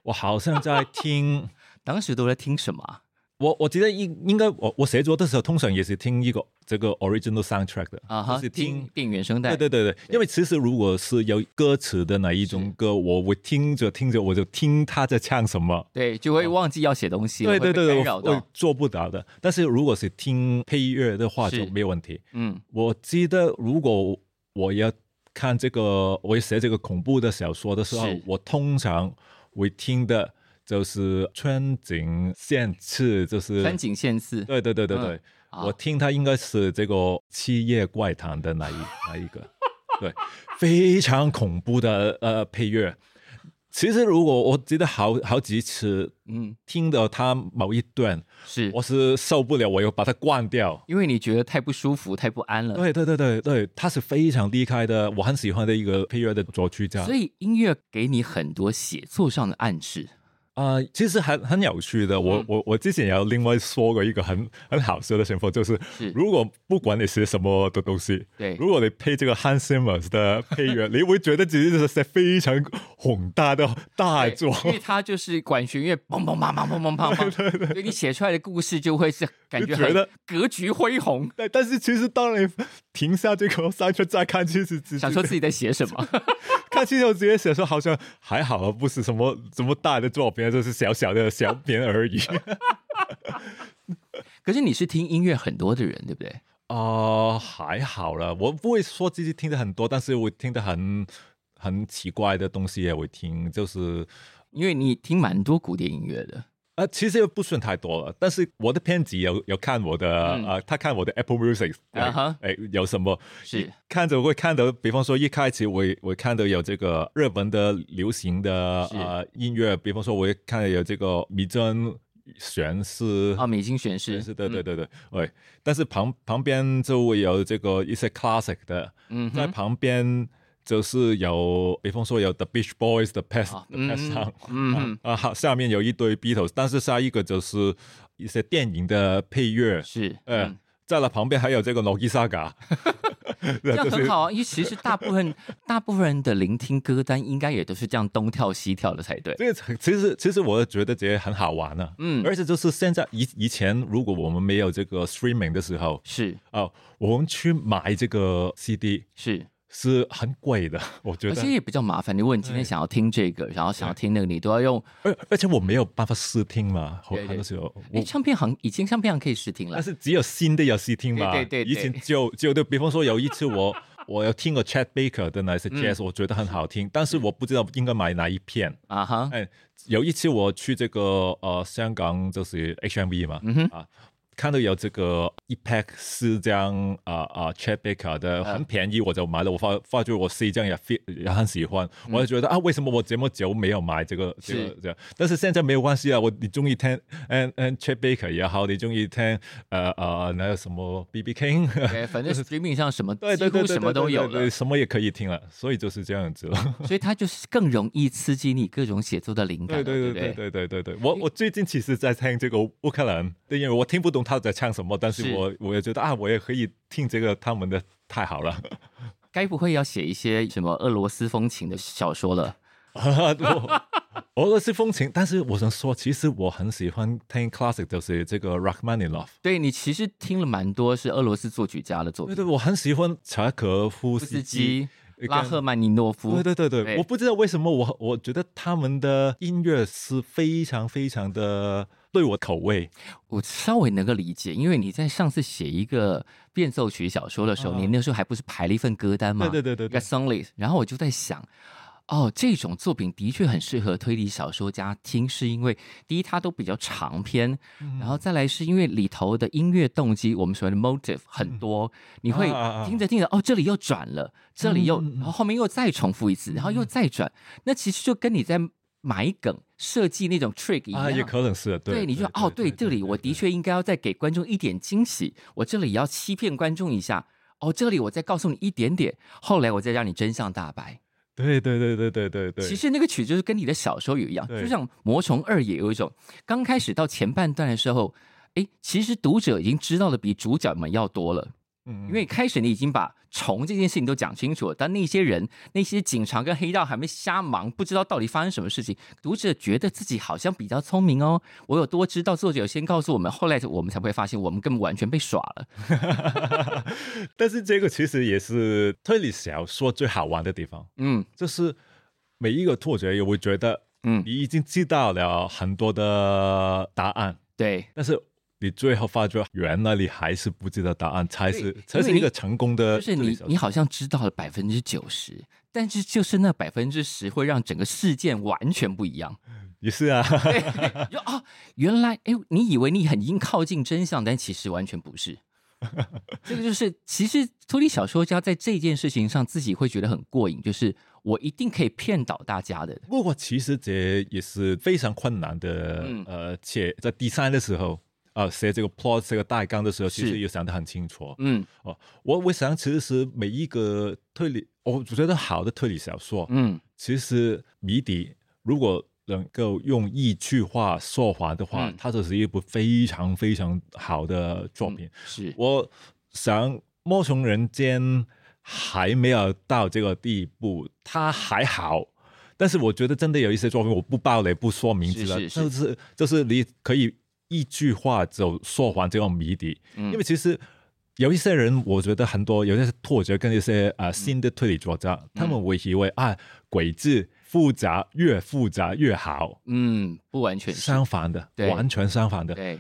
[SPEAKER 2] 我好像在听。 <laughs>
[SPEAKER 1] 当时都在听什么啊？
[SPEAKER 2] 我我觉得应应该我我写作的时候，通常也是听一个这个 original soundtrack 的，
[SPEAKER 1] 啊哈，
[SPEAKER 2] 就是
[SPEAKER 1] 听电影原声带。
[SPEAKER 2] 对对对对，因为其实如果是有歌词的那一种歌，我我听着听着我就听他在唱什么。
[SPEAKER 1] 对就会忘记要写东西了，
[SPEAKER 2] 对哦对
[SPEAKER 1] 会被
[SPEAKER 2] 对对，
[SPEAKER 1] 干扰
[SPEAKER 2] 我我
[SPEAKER 1] 到。
[SPEAKER 2] 做不到的。但是如果是听配乐的话
[SPEAKER 1] 是
[SPEAKER 2] 就没有问题。
[SPEAKER 1] 嗯
[SPEAKER 2] 我记得如果我要看这个，我要写这个恐怖的小说的时候
[SPEAKER 1] 是，
[SPEAKER 2] 我通常会听的就是川井宪次，就是
[SPEAKER 1] 三井宪次，
[SPEAKER 2] <laughs> 对对对对对，
[SPEAKER 1] 嗯
[SPEAKER 2] 我
[SPEAKER 1] 啊
[SPEAKER 2] 听他应该是这个《七夜怪谈》的
[SPEAKER 1] <laughs>
[SPEAKER 2] 那一那一个，对，非常恐怖的呃配乐。其实如果我记得好好几次
[SPEAKER 1] 嗯，
[SPEAKER 2] 听到他某一段，
[SPEAKER 1] 是
[SPEAKER 2] 我是受不了，我又把它关掉。
[SPEAKER 1] 因为你觉得太不舒服、太不安了。
[SPEAKER 2] 对对对对对，他是非常厉害的，我很喜欢的一个配乐的作曲家。
[SPEAKER 1] 所以音乐给你很多写作上的暗示。
[SPEAKER 2] 啊、其实很很有趣的。我、
[SPEAKER 1] 嗯
[SPEAKER 2] 我我之前也有另外说过一个很很好笑的情况，就是
[SPEAKER 1] 是
[SPEAKER 2] 如果不管你写什么的东西，
[SPEAKER 1] 对
[SPEAKER 2] 如果你配这个 Hans Zimmer 的配乐，你会觉得自己就是在非常宏大的大
[SPEAKER 1] 对
[SPEAKER 2] 作。
[SPEAKER 1] 因为它就是管弦乐，嘣嘣砰砰砰砰砰砰，
[SPEAKER 2] <laughs>
[SPEAKER 1] 所以你写出来的故事就会是感
[SPEAKER 2] 就
[SPEAKER 1] 觉
[SPEAKER 2] 觉
[SPEAKER 1] 很
[SPEAKER 2] 得
[SPEAKER 1] 格局恢宏，
[SPEAKER 2] 但但是其实当你停下这个三圈再看，其实只
[SPEAKER 1] 想说自己在写什么。
[SPEAKER 2] 看清楚直接写说好像还好啊，不是什么什么大的作品，就是小小的小品而 <laughs> 已。
[SPEAKER 1] 可是你是听音乐很多的人，对不对？
[SPEAKER 2] 啊，还好了，我不会说自己听的很多，但是我听的很很奇怪的东西也会听，就是
[SPEAKER 1] 因为你听蛮多古典音乐的，
[SPEAKER 2] 呃，其实也不算太多了。但是我的编辑有有看我的、
[SPEAKER 1] 嗯
[SPEAKER 2] 呃，他看我的 Apple Music，哎、
[SPEAKER 1] 啊哈
[SPEAKER 2] 哎有什么
[SPEAKER 1] 是
[SPEAKER 2] 看着会看到，比方说一开始我我看到有这个日本的流行的
[SPEAKER 1] 是
[SPEAKER 2] 呃音乐，比方说我也看到有这个迷真旋式
[SPEAKER 1] 啊，美金选士，
[SPEAKER 2] 是对
[SPEAKER 1] 嗯
[SPEAKER 2] 对，对对，喂、但是旁旁边就会有这个一些 classic 的，
[SPEAKER 1] 嗯
[SPEAKER 2] 在
[SPEAKER 1] 哼，
[SPEAKER 2] 旁边就是有，比方说有 The Beach Boys 的 Past
[SPEAKER 1] 啊
[SPEAKER 2] The Past
[SPEAKER 1] 嗯
[SPEAKER 2] Song，
[SPEAKER 1] 嗯嗯
[SPEAKER 2] 啊，好，下面有一堆 Beatles，但是下一个就是一些电影的配乐，
[SPEAKER 1] 是，
[SPEAKER 2] 呃
[SPEAKER 1] 嗯，，
[SPEAKER 2] 在了旁边还有这个 Nogi Saga，
[SPEAKER 1] 这
[SPEAKER 2] 这
[SPEAKER 1] 样很好啊。因为其实大部
[SPEAKER 2] <laughs>
[SPEAKER 1] 分大部分人的聆听歌单应该也都是这样东跳西跳的才对。
[SPEAKER 2] 这个其实其实我觉得这很好玩啊，
[SPEAKER 1] 嗯
[SPEAKER 2] 而且就是现在以以前如果我们没有这个 streaming 的时候，
[SPEAKER 1] 是
[SPEAKER 2] 哦，我们去买这个 CD
[SPEAKER 1] 是，
[SPEAKER 2] 是很贵的，我觉
[SPEAKER 1] 而
[SPEAKER 2] 得
[SPEAKER 1] 且，也比较麻烦。如果你今天
[SPEAKER 2] 对
[SPEAKER 1] 想要听这个，然后想要听那个，你都要用。
[SPEAKER 2] 而而且我没有办法试听嘛，
[SPEAKER 1] 对对
[SPEAKER 2] 很多时候
[SPEAKER 1] 哎，
[SPEAKER 2] 我。
[SPEAKER 1] 唱片行以前唱片行可以试听了
[SPEAKER 2] 但，是只有新的有试听嘛，
[SPEAKER 1] 对对对对
[SPEAKER 2] 以前旧旧的，比方说有一
[SPEAKER 1] <laughs>
[SPEAKER 2] 次我我有听过 Chad Baker 的那些
[SPEAKER 1] 嗯
[SPEAKER 2] jazz，、我觉得很好听，但是我不知道应该买哪一片。
[SPEAKER 1] 啊哈，
[SPEAKER 2] 哎，有一次我去这个呃香港就是 HMV
[SPEAKER 1] 嗯
[SPEAKER 2] 嘛， <laughs> 啊，看到有这个一 pack 四张啊啊 c h a t Baker 的
[SPEAKER 1] 嗯
[SPEAKER 2] 很便宜，我就买了。我发发觉我四张也非也很喜欢，我就觉得啊，为什么我这么久没有买这个这个
[SPEAKER 1] 嗯是
[SPEAKER 2] 这个？但是现在没有关系啊，我你中意听嗯嗯 c h a t Baker 也好，你中意听呃呃那个什么 B B King。
[SPEAKER 1] 对，反正 streaming 上什么
[SPEAKER 2] <laughs> 对
[SPEAKER 1] 几
[SPEAKER 2] 对对
[SPEAKER 1] 乎
[SPEAKER 2] 对，
[SPEAKER 1] 什么都
[SPEAKER 2] 对
[SPEAKER 1] 有
[SPEAKER 2] 对对
[SPEAKER 1] 了，
[SPEAKER 2] 什么也可以听了，所以就是这样子了。
[SPEAKER 1] 所以它就是更容易刺激你各种写作的灵感
[SPEAKER 2] 对
[SPEAKER 1] 了，
[SPEAKER 2] 对
[SPEAKER 1] 不
[SPEAKER 2] 对对对对对，我我最近其实在听这个乌克兰，对，因为我听不懂他在唱什么，但
[SPEAKER 1] 是
[SPEAKER 2] 是我我也觉得啊，我也可以听这个他们的，太好
[SPEAKER 1] <laughs>
[SPEAKER 2] 了。 <laughs>
[SPEAKER 1] 该不会要写一些什么俄罗斯风情的小说了？
[SPEAKER 2] 我俄罗斯风情，但是我想说，其实我很喜欢听 classic，就是这个 Rachmaninoff。
[SPEAKER 1] 对你其实听了蛮多是俄罗斯作曲家的作
[SPEAKER 2] 对
[SPEAKER 1] 品，
[SPEAKER 2] 对，我很喜欢柴可夫
[SPEAKER 1] 布斯
[SPEAKER 2] 斯基。
[SPEAKER 1] 基、拉赫曼尼诺夫，
[SPEAKER 2] 呃对对对
[SPEAKER 1] 对
[SPEAKER 2] 对，我不知道为什么我我觉得他们的音乐是非常非常的对我口味。
[SPEAKER 1] 我稍微能够理解，因为你在上次写一个变奏曲小说的时候，
[SPEAKER 2] 啊
[SPEAKER 1] 你那时候还不是排了一份歌单吗？
[SPEAKER 2] 对对对对
[SPEAKER 1] 一个 song list。然后我就在想，哦，这种作品的确很适合推理小说家听，是因为第一它都比较长篇，
[SPEAKER 2] 嗯
[SPEAKER 1] 然后再来是因为里头的音乐动机，我们所谓的 motive 很多，你会
[SPEAKER 2] 嗯啊啊啊
[SPEAKER 1] 听着听着，哦，这里又转了，这里又，
[SPEAKER 2] 嗯嗯嗯嗯
[SPEAKER 1] 然后后面又再重复一次，然后又再转，那其实就跟你在埋梗设计那种 trick 一样。
[SPEAKER 2] 啊，也可能是对
[SPEAKER 1] 对，你就哦，对，这里我的确应该要再给观众一点惊喜，我这里要欺骗观众一下，哦，这里我再告诉你一点点，后来我再让你真相大白。
[SPEAKER 2] 对对对对对对对。
[SPEAKER 1] 其实那个曲就是跟你的小时候有一样，
[SPEAKER 2] 对
[SPEAKER 1] 就像《魔虫二》也有一种，刚开始到前半段的时候，哎，其实读者已经知道的比主角们要多了。
[SPEAKER 2] 嗯，
[SPEAKER 1] 因为开始你已经把虫这件事情都讲清楚了，但那些人、那些警察跟黑道还没瞎忙，不知道到底发生什么事情。读者觉得自己好像比较聪明哦，我有多知道，作者有先告诉我们，后来我们才会发现我们根本完全被耍了。
[SPEAKER 2] <laughs> 但是这个其实也是推理小说最好玩的地方，
[SPEAKER 1] 嗯
[SPEAKER 2] 就是每一个作者也会觉得
[SPEAKER 1] 嗯，
[SPEAKER 2] 你已经知道了很多的答案，
[SPEAKER 1] 对，
[SPEAKER 2] 但是你最后发觉原来你还是不知道答案，才是
[SPEAKER 1] 对
[SPEAKER 2] 才
[SPEAKER 1] 因为
[SPEAKER 2] 是
[SPEAKER 1] 你
[SPEAKER 2] 一个成功的
[SPEAKER 1] 就
[SPEAKER 2] 推
[SPEAKER 1] 是你
[SPEAKER 2] 理呃小说。
[SPEAKER 1] 你好像知道了百分之九十，但是就是那百分之十会让整个事件完全不一样。
[SPEAKER 2] <laughs> 也是啊，
[SPEAKER 1] 对，哦就啊、原来哎，你以为你很硬靠近真相，但其实完全不是。这个就是，其实推理小说家在这件事情上自己会觉得很过瘾，就是我一定可以骗倒大家的。
[SPEAKER 2] 不过其实这也是非常困难的，
[SPEAKER 1] 嗯
[SPEAKER 2] 呃，且在第三的时候，呃，写这个 plot 这个大纲的时候，其
[SPEAKER 1] 是
[SPEAKER 2] 实也想得很清楚。
[SPEAKER 1] 嗯
[SPEAKER 2] 哦，我我想其实每一个推理，我觉得好的推理小说，
[SPEAKER 1] 嗯
[SPEAKER 2] 其实谜底如果能够用一句话说完的话，
[SPEAKER 1] 嗯
[SPEAKER 2] 它就是一部非常非常好的作品。
[SPEAKER 1] 是
[SPEAKER 2] 我想《莫从人间》还没有到这个地步，它还好。但是我觉得真的有一些作品，我不爆雷不说名字了，
[SPEAKER 1] 是是是
[SPEAKER 2] 就是就是你可以一句话就说完这个谜底，
[SPEAKER 1] 嗯
[SPEAKER 2] 因为其实有一些人，我觉得很多有一些拓者跟一些
[SPEAKER 1] 嗯
[SPEAKER 2] 呃新的推理作家，他们会以为啊鬼字复杂越复杂越好，
[SPEAKER 1] 嗯，不完全是
[SPEAKER 2] 相反的，
[SPEAKER 1] 对
[SPEAKER 2] 完全相反的，
[SPEAKER 1] 对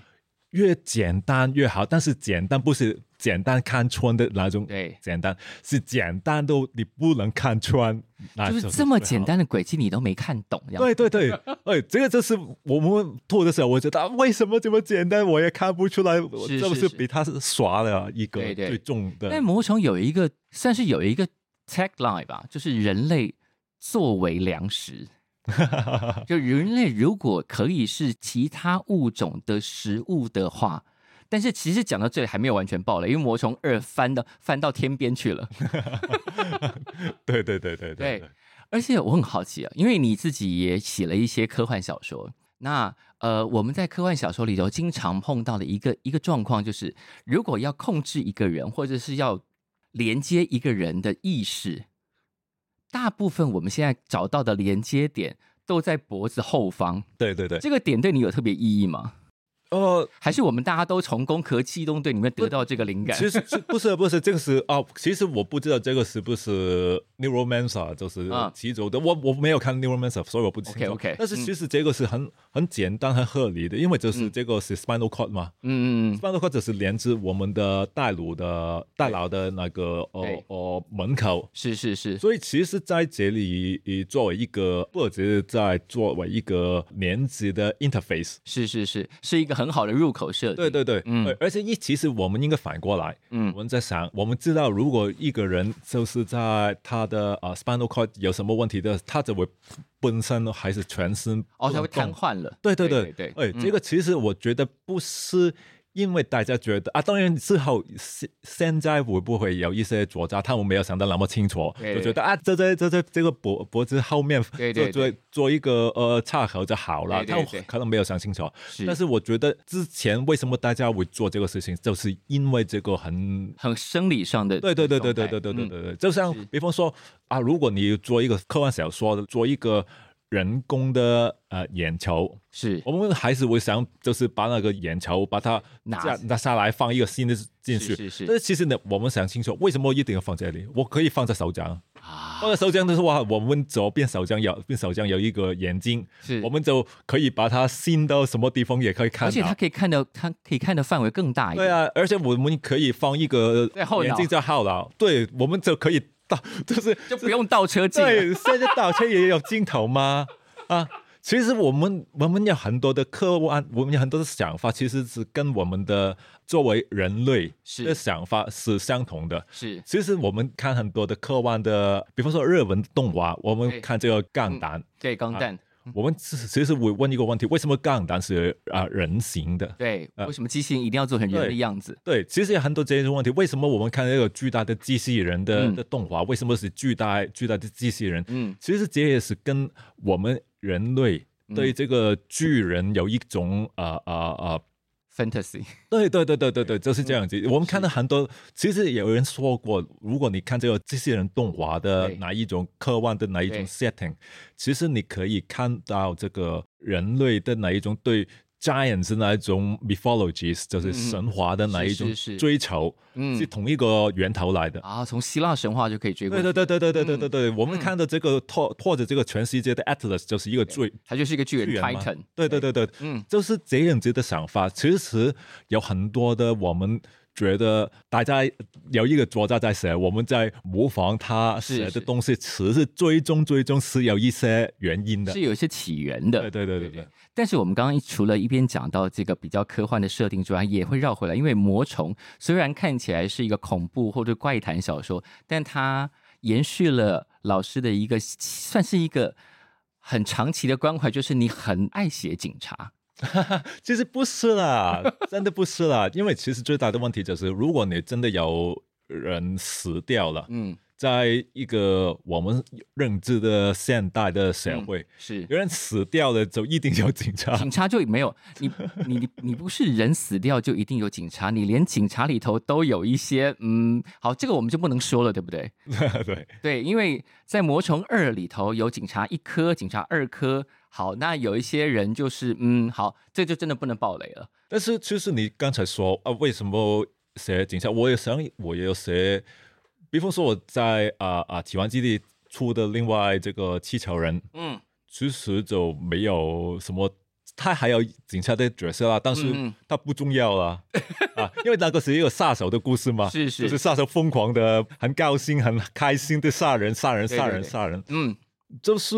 [SPEAKER 2] 越简单越好，但是简单不是简单看穿的那种
[SPEAKER 1] 对，
[SPEAKER 2] 简单，是简单到你不能看穿，那
[SPEAKER 1] 就是
[SPEAKER 2] 种
[SPEAKER 1] 这么
[SPEAKER 2] 最好
[SPEAKER 1] 简。单的轨迹你都没看懂，这样
[SPEAKER 2] 对对 <laughs> 对，哎，这个就是我们做的时候，我觉得、啊为什么这么简单，我也看不出来，我
[SPEAKER 1] 是
[SPEAKER 2] 这不
[SPEAKER 1] 是
[SPEAKER 2] 是
[SPEAKER 1] 是
[SPEAKER 2] 比他是耍的一个
[SPEAKER 1] 对对
[SPEAKER 2] 最重的。
[SPEAKER 1] 但魔虫有一个算是有一个 tagline 吧，就是人类作为粮食，就人类如果可以是其他物种的食物的话。但是其实讲到这里还没有完全爆雷，因为魔虫二翻到翻到天边去了。
[SPEAKER 2] 对对对对
[SPEAKER 1] 对而且我很好奇啊，因为你自己也写了一些科幻小说，那呃，我们在科幻小说里头经常碰到的一个一个状况，就是如果要控制一个人，或者是要连接一个人的意识，大部分我们现在找到的连接点都在脖子后方，
[SPEAKER 2] 对对对，
[SPEAKER 1] 这个点对你有特别意义吗？
[SPEAKER 2] 呃，
[SPEAKER 1] 还是我们大家都从《攻壳机动队》里面得到这个灵感？
[SPEAKER 2] 其实是不是不是，这个是哦，其实我不知道这个是不是 Neuromancer，就是
[SPEAKER 1] 啊
[SPEAKER 2] 其中的，我我没有看 Neuromancer，所以我不清楚。
[SPEAKER 1] OK，OK，
[SPEAKER 2] 但是
[SPEAKER 1] 嗯
[SPEAKER 2] 其实这个是很很简单、很合理的，因为就是
[SPEAKER 1] 嗯
[SPEAKER 2] 这个是 spinal cord 嘛、
[SPEAKER 1] 嗯嗯
[SPEAKER 2] s p i n a l cord 就是连接我们的大脑的大脑的那个
[SPEAKER 1] 对
[SPEAKER 2] 呃呃门口。
[SPEAKER 1] 是是是，
[SPEAKER 2] 所以其实在这里，以作为一个，或者是在作为一个连接的 interface，
[SPEAKER 1] 是是是，是一个很好的入口设计。
[SPEAKER 2] 对对对，
[SPEAKER 1] 嗯
[SPEAKER 2] 嗯，而且一其实我们应该反过来，
[SPEAKER 1] 嗯
[SPEAKER 2] 我们在想，我们知道如果一个人就是在他的呃 spinal cord 有什么问题的，他就会本身还是全身
[SPEAKER 1] 哦，它
[SPEAKER 2] 不能
[SPEAKER 1] 会瘫
[SPEAKER 2] 动。
[SPEAKER 1] 痪了。
[SPEAKER 2] 对对
[SPEAKER 1] 对
[SPEAKER 2] 对
[SPEAKER 1] 对，
[SPEAKER 2] 哎，
[SPEAKER 1] 嗯
[SPEAKER 2] 这个其实我觉得不是。因为大家觉得啊，当然之后现现在会不会有一些作家，他们没有想到那么清楚，
[SPEAKER 1] 对
[SPEAKER 2] 就觉得啊，这这这这这个脖脖子后面
[SPEAKER 1] 对对
[SPEAKER 2] 就做做一个呃岔口就好
[SPEAKER 1] 对对
[SPEAKER 2] 了，他们
[SPEAKER 1] 对
[SPEAKER 2] 可能没有想清楚。
[SPEAKER 1] 是
[SPEAKER 2] 但是我觉得之前为什么大家会做这个事情，就是因为这个很。
[SPEAKER 1] 很生理上的
[SPEAKER 2] 对对对对对
[SPEAKER 1] 状态
[SPEAKER 2] 对
[SPEAKER 1] 嗯
[SPEAKER 2] 对对对对，就像
[SPEAKER 1] 是
[SPEAKER 2] 比方说啊，如果你做一个科幻小说，做一个人工的呃眼球，
[SPEAKER 1] 是
[SPEAKER 2] 我们还是会想就是把那个眼球把它
[SPEAKER 1] 拿
[SPEAKER 2] 架拿下来放一个新的进
[SPEAKER 1] 是
[SPEAKER 2] 去。
[SPEAKER 1] 是是
[SPEAKER 2] 但是其实呢，我们想清楚为什么一定要放这里？我可以放在手掌，
[SPEAKER 1] 啊，
[SPEAKER 2] 放在手掌的话， <laughs> 我们左边手掌有边手掌有一个眼睛，
[SPEAKER 1] 是
[SPEAKER 2] 我们就可以把它伸到什么地方也可以看到。
[SPEAKER 1] 而且它可以看的，它可以看的范围更大一点。
[SPEAKER 2] 对，啊，而且我们可以放一个
[SPEAKER 1] 在后脑
[SPEAKER 2] 眼镜在后脑，对，我们就可以到， <laughs> 就是
[SPEAKER 1] 就不用倒车镜了。
[SPEAKER 2] 对，现在倒车也有镜头吗？啊，其实我们我们有很多的客观，我们有很多的想法，其实是跟我们的作为人类
[SPEAKER 1] 是
[SPEAKER 2] 的想法是相同的。
[SPEAKER 1] 是
[SPEAKER 2] 其实我们看很多的科幻的，比方说日文动画，我
[SPEAKER 1] 对嗯
[SPEAKER 2] 们看这个杠胆，
[SPEAKER 1] 对钢
[SPEAKER 2] 啊
[SPEAKER 1] 弹，
[SPEAKER 2] 我们其实其实会问一个问题：为什么杠胆是啊、人形的？
[SPEAKER 1] 对，
[SPEAKER 2] 呃
[SPEAKER 1] 为什么机器人一定要做成人的样子？
[SPEAKER 2] 对，其实有很多这些问题，为什么我们看那个巨大的机器人的、
[SPEAKER 1] 嗯
[SPEAKER 2] 的动画，为什么是巨大巨大的机器人？
[SPEAKER 1] 嗯，
[SPEAKER 2] 其实这也是跟我们人类对这个巨人有一种啊啊啊， <laughs>
[SPEAKER 1] fantasy
[SPEAKER 2] 对对对对对对，就是这样子。我们看到很多，其实有人说过，如果你看这个机器人动画的
[SPEAKER 1] 对
[SPEAKER 2] 哪一种科幻的哪一
[SPEAKER 1] 对
[SPEAKER 2] 种 setting，其实你可以看到这个人类的哪一种对。Giants 那一种 mythologies 就是神话的哪一种
[SPEAKER 1] 是是是
[SPEAKER 2] 追求，
[SPEAKER 1] 嗯
[SPEAKER 2] 是同一个源头来的。
[SPEAKER 1] 啊，从希腊神话就可以追过去。
[SPEAKER 2] 对对对对对对对对对，我们看到这个拓拓着这个全世界的 Atlas 就是一个最
[SPEAKER 1] 它就是一个巨
[SPEAKER 2] 巨
[SPEAKER 1] 人
[SPEAKER 2] 人嘛
[SPEAKER 1] Titan。
[SPEAKER 2] 对对对对，
[SPEAKER 1] 嗯
[SPEAKER 2] 就是这样子的想法。其实有很多的我们觉得大家有一个作家在写，我们在模仿他
[SPEAKER 1] 是
[SPEAKER 2] 写的
[SPEAKER 1] 是
[SPEAKER 2] 东西，其实最终最终是有一些原因的
[SPEAKER 1] 是。有一些起源的。
[SPEAKER 2] 对对对对对，
[SPEAKER 1] 但是我们刚刚除了一边讲到这个比较科幻的设定之外，也会绕回来，因为魔虫虽然看起来是一个恐怖或者怪谈小说，但它延续了老师的一个算是一个很长期的关怀，就是你很爱写警察。
[SPEAKER 2] 其实不是啦，真的不是啦，因为其实最大的问题就是，如果你真的有人死掉了，
[SPEAKER 1] 嗯，
[SPEAKER 2] 在一个我们认知的现代的社会，
[SPEAKER 1] 是。
[SPEAKER 2] 有人死掉了就一定有警
[SPEAKER 1] <laughs>
[SPEAKER 2] 察。<laughs>
[SPEAKER 1] 警察就没有你，你你你不是人死掉就一定有警察，你连警察里头都有一些嗯，好，这个我们就不能说了，对不对？
[SPEAKER 2] 对，
[SPEAKER 1] 对，因为在《魔虫二》里头有警察一科、警察二科。好，那有一些人就是，嗯，好，这就真的不能爆雷了。
[SPEAKER 2] 但是就是你刚才说啊，为什么写警察？我也想，我也有写，比方说我在啊啊体完基地出的另外这个气球人，
[SPEAKER 1] 嗯，
[SPEAKER 2] 其实就没有什么，他还有警察的角色啦，
[SPEAKER 1] 嗯
[SPEAKER 2] 但是
[SPEAKER 1] 嗯
[SPEAKER 2] 他不重要啦，
[SPEAKER 1] <laughs>
[SPEAKER 2] 啊，因为那个是一个杀手的故事嘛，
[SPEAKER 1] 是是
[SPEAKER 2] 就是杀手疯狂的、很高兴、很开心的杀人、杀人、
[SPEAKER 1] 对对
[SPEAKER 2] 杀人、
[SPEAKER 1] 对
[SPEAKER 2] 杀人，
[SPEAKER 1] 嗯，
[SPEAKER 2] 就是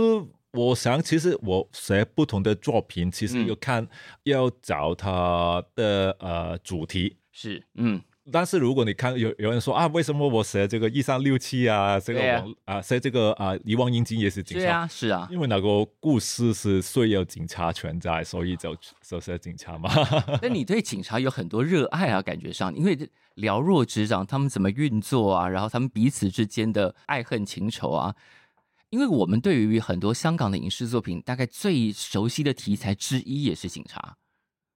[SPEAKER 2] 我想，其实我写不同的作品，其实
[SPEAKER 1] 嗯
[SPEAKER 2] 要看、要找它的呃主题。
[SPEAKER 1] 是，嗯，
[SPEAKER 2] 但是如果你看有有人说啊，为什么我写这个一三六七啊，这个
[SPEAKER 1] 对啊
[SPEAKER 2] 网啊写这个啊遗忘阴茎也是警
[SPEAKER 1] 对
[SPEAKER 2] 察，
[SPEAKER 1] 啊，是啊，
[SPEAKER 2] 因为那个故事是需要警察存在，所以
[SPEAKER 1] 啊
[SPEAKER 2] 就就写警察嘛。 <laughs>
[SPEAKER 1] 那你对警察有很多热爱啊，感觉上，因为了若指掌，他们怎么运作啊，然后他们彼此之间的爱恨情仇啊。因为我们对于很多香港的影视作品，大概最熟悉的题材之一也是警察。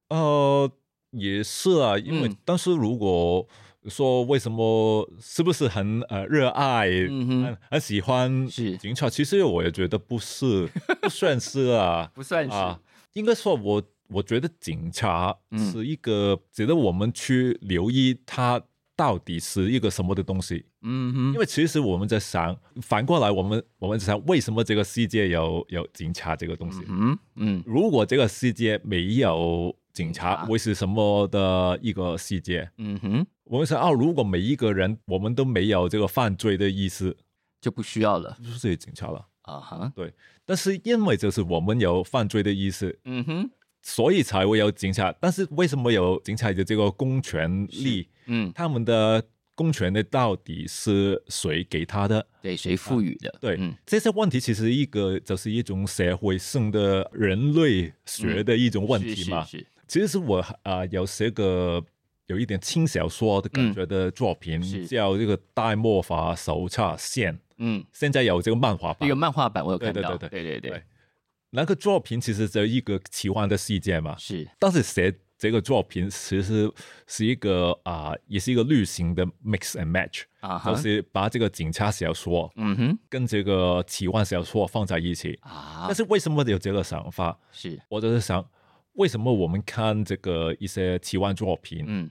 [SPEAKER 2] 呃，也是啊，因为、
[SPEAKER 1] 嗯
[SPEAKER 2] 但是如果说为什么是不是很呃热爱，
[SPEAKER 1] 嗯哼
[SPEAKER 2] 很很哎喜欢
[SPEAKER 1] 是
[SPEAKER 2] 警察，其实我也觉得不是，不算是
[SPEAKER 1] <laughs>，
[SPEAKER 2] 啊
[SPEAKER 1] 不算是
[SPEAKER 2] 啊，应该说我我觉得警察
[SPEAKER 1] 嗯
[SPEAKER 2] 是一个值得我们去留意它到底是一个什么的东西。
[SPEAKER 1] 嗯
[SPEAKER 2] 因
[SPEAKER 1] 哼，
[SPEAKER 2] 为其实我们在想，反过来我们我们在想，为什么这个世
[SPEAKER 1] <laughs>
[SPEAKER 2] 界有有警察这个东西？
[SPEAKER 1] 嗯嗯，
[SPEAKER 2] 如果这个世界没有警
[SPEAKER 1] 警
[SPEAKER 2] 察
[SPEAKER 1] 察，
[SPEAKER 2] 会是什么的一个世界？
[SPEAKER 1] 嗯哼，
[SPEAKER 2] 我们想啊，如果每一个人我们都没有这个犯罪的意识，
[SPEAKER 1] 就不需要了
[SPEAKER 2] 就是有警察了。
[SPEAKER 1] 啊哈。
[SPEAKER 2] 但是因为就是我们有犯罪的意识，
[SPEAKER 1] 嗯哼，
[SPEAKER 2] 所以才会有警察。但是为什么有警察的这个公权力？
[SPEAKER 1] 嗯，
[SPEAKER 2] 他们的公权力到底是谁给他的？
[SPEAKER 1] 对，谁赋予的？
[SPEAKER 2] 啊对，
[SPEAKER 1] 嗯
[SPEAKER 2] 这些问题其实一个就是一种社会性的人类学的一种问题嘛。
[SPEAKER 1] 是是是
[SPEAKER 2] 其实是我啊、呃有写个有一点轻小说的感觉的作品，
[SPEAKER 1] 嗯是
[SPEAKER 2] 叫这个《戴墨法手册线》，
[SPEAKER 1] 嗯，
[SPEAKER 2] 现在有这个漫画
[SPEAKER 1] 那
[SPEAKER 2] 版
[SPEAKER 1] 个。漫画版我有看到，
[SPEAKER 2] 啊对对
[SPEAKER 1] 对对对
[SPEAKER 2] 对那个作品其实是一个奇幻的世界嘛，
[SPEAKER 1] 是，
[SPEAKER 2] 但是写这个作品其实是一个啊、呃也是一个旅行的 mix and match，、
[SPEAKER 1] 啊哈
[SPEAKER 2] 就是把这个警察小说
[SPEAKER 1] 嗯哼，
[SPEAKER 2] 跟这个奇幻小说放在一起。
[SPEAKER 1] 啊
[SPEAKER 2] 但，是为什么有这个想法？
[SPEAKER 1] 是，
[SPEAKER 2] 我就是想，为什么我们看这个一些奇幻作品，
[SPEAKER 1] 嗯，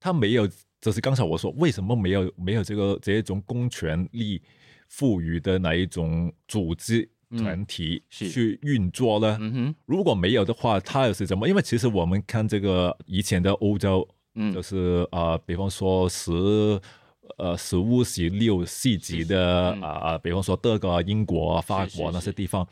[SPEAKER 2] 他没有，就是刚才我说，为什么没有没有这个这一种公权力赋予的那一种组织团
[SPEAKER 1] 嗯
[SPEAKER 2] 体
[SPEAKER 1] 是
[SPEAKER 2] 去运作呢？
[SPEAKER 1] 嗯哼，
[SPEAKER 2] 如果没有的话，它又是怎么？因为其实我们看这个以前的欧洲，就
[SPEAKER 1] 嗯，
[SPEAKER 2] 是啊、呃比方说十呃十五、十六世纪的
[SPEAKER 1] 嗯
[SPEAKER 2] 啊啊、比方说德国、英国、啊法
[SPEAKER 1] 是
[SPEAKER 2] 国
[SPEAKER 1] 是
[SPEAKER 2] 那些
[SPEAKER 1] 是
[SPEAKER 2] 地方，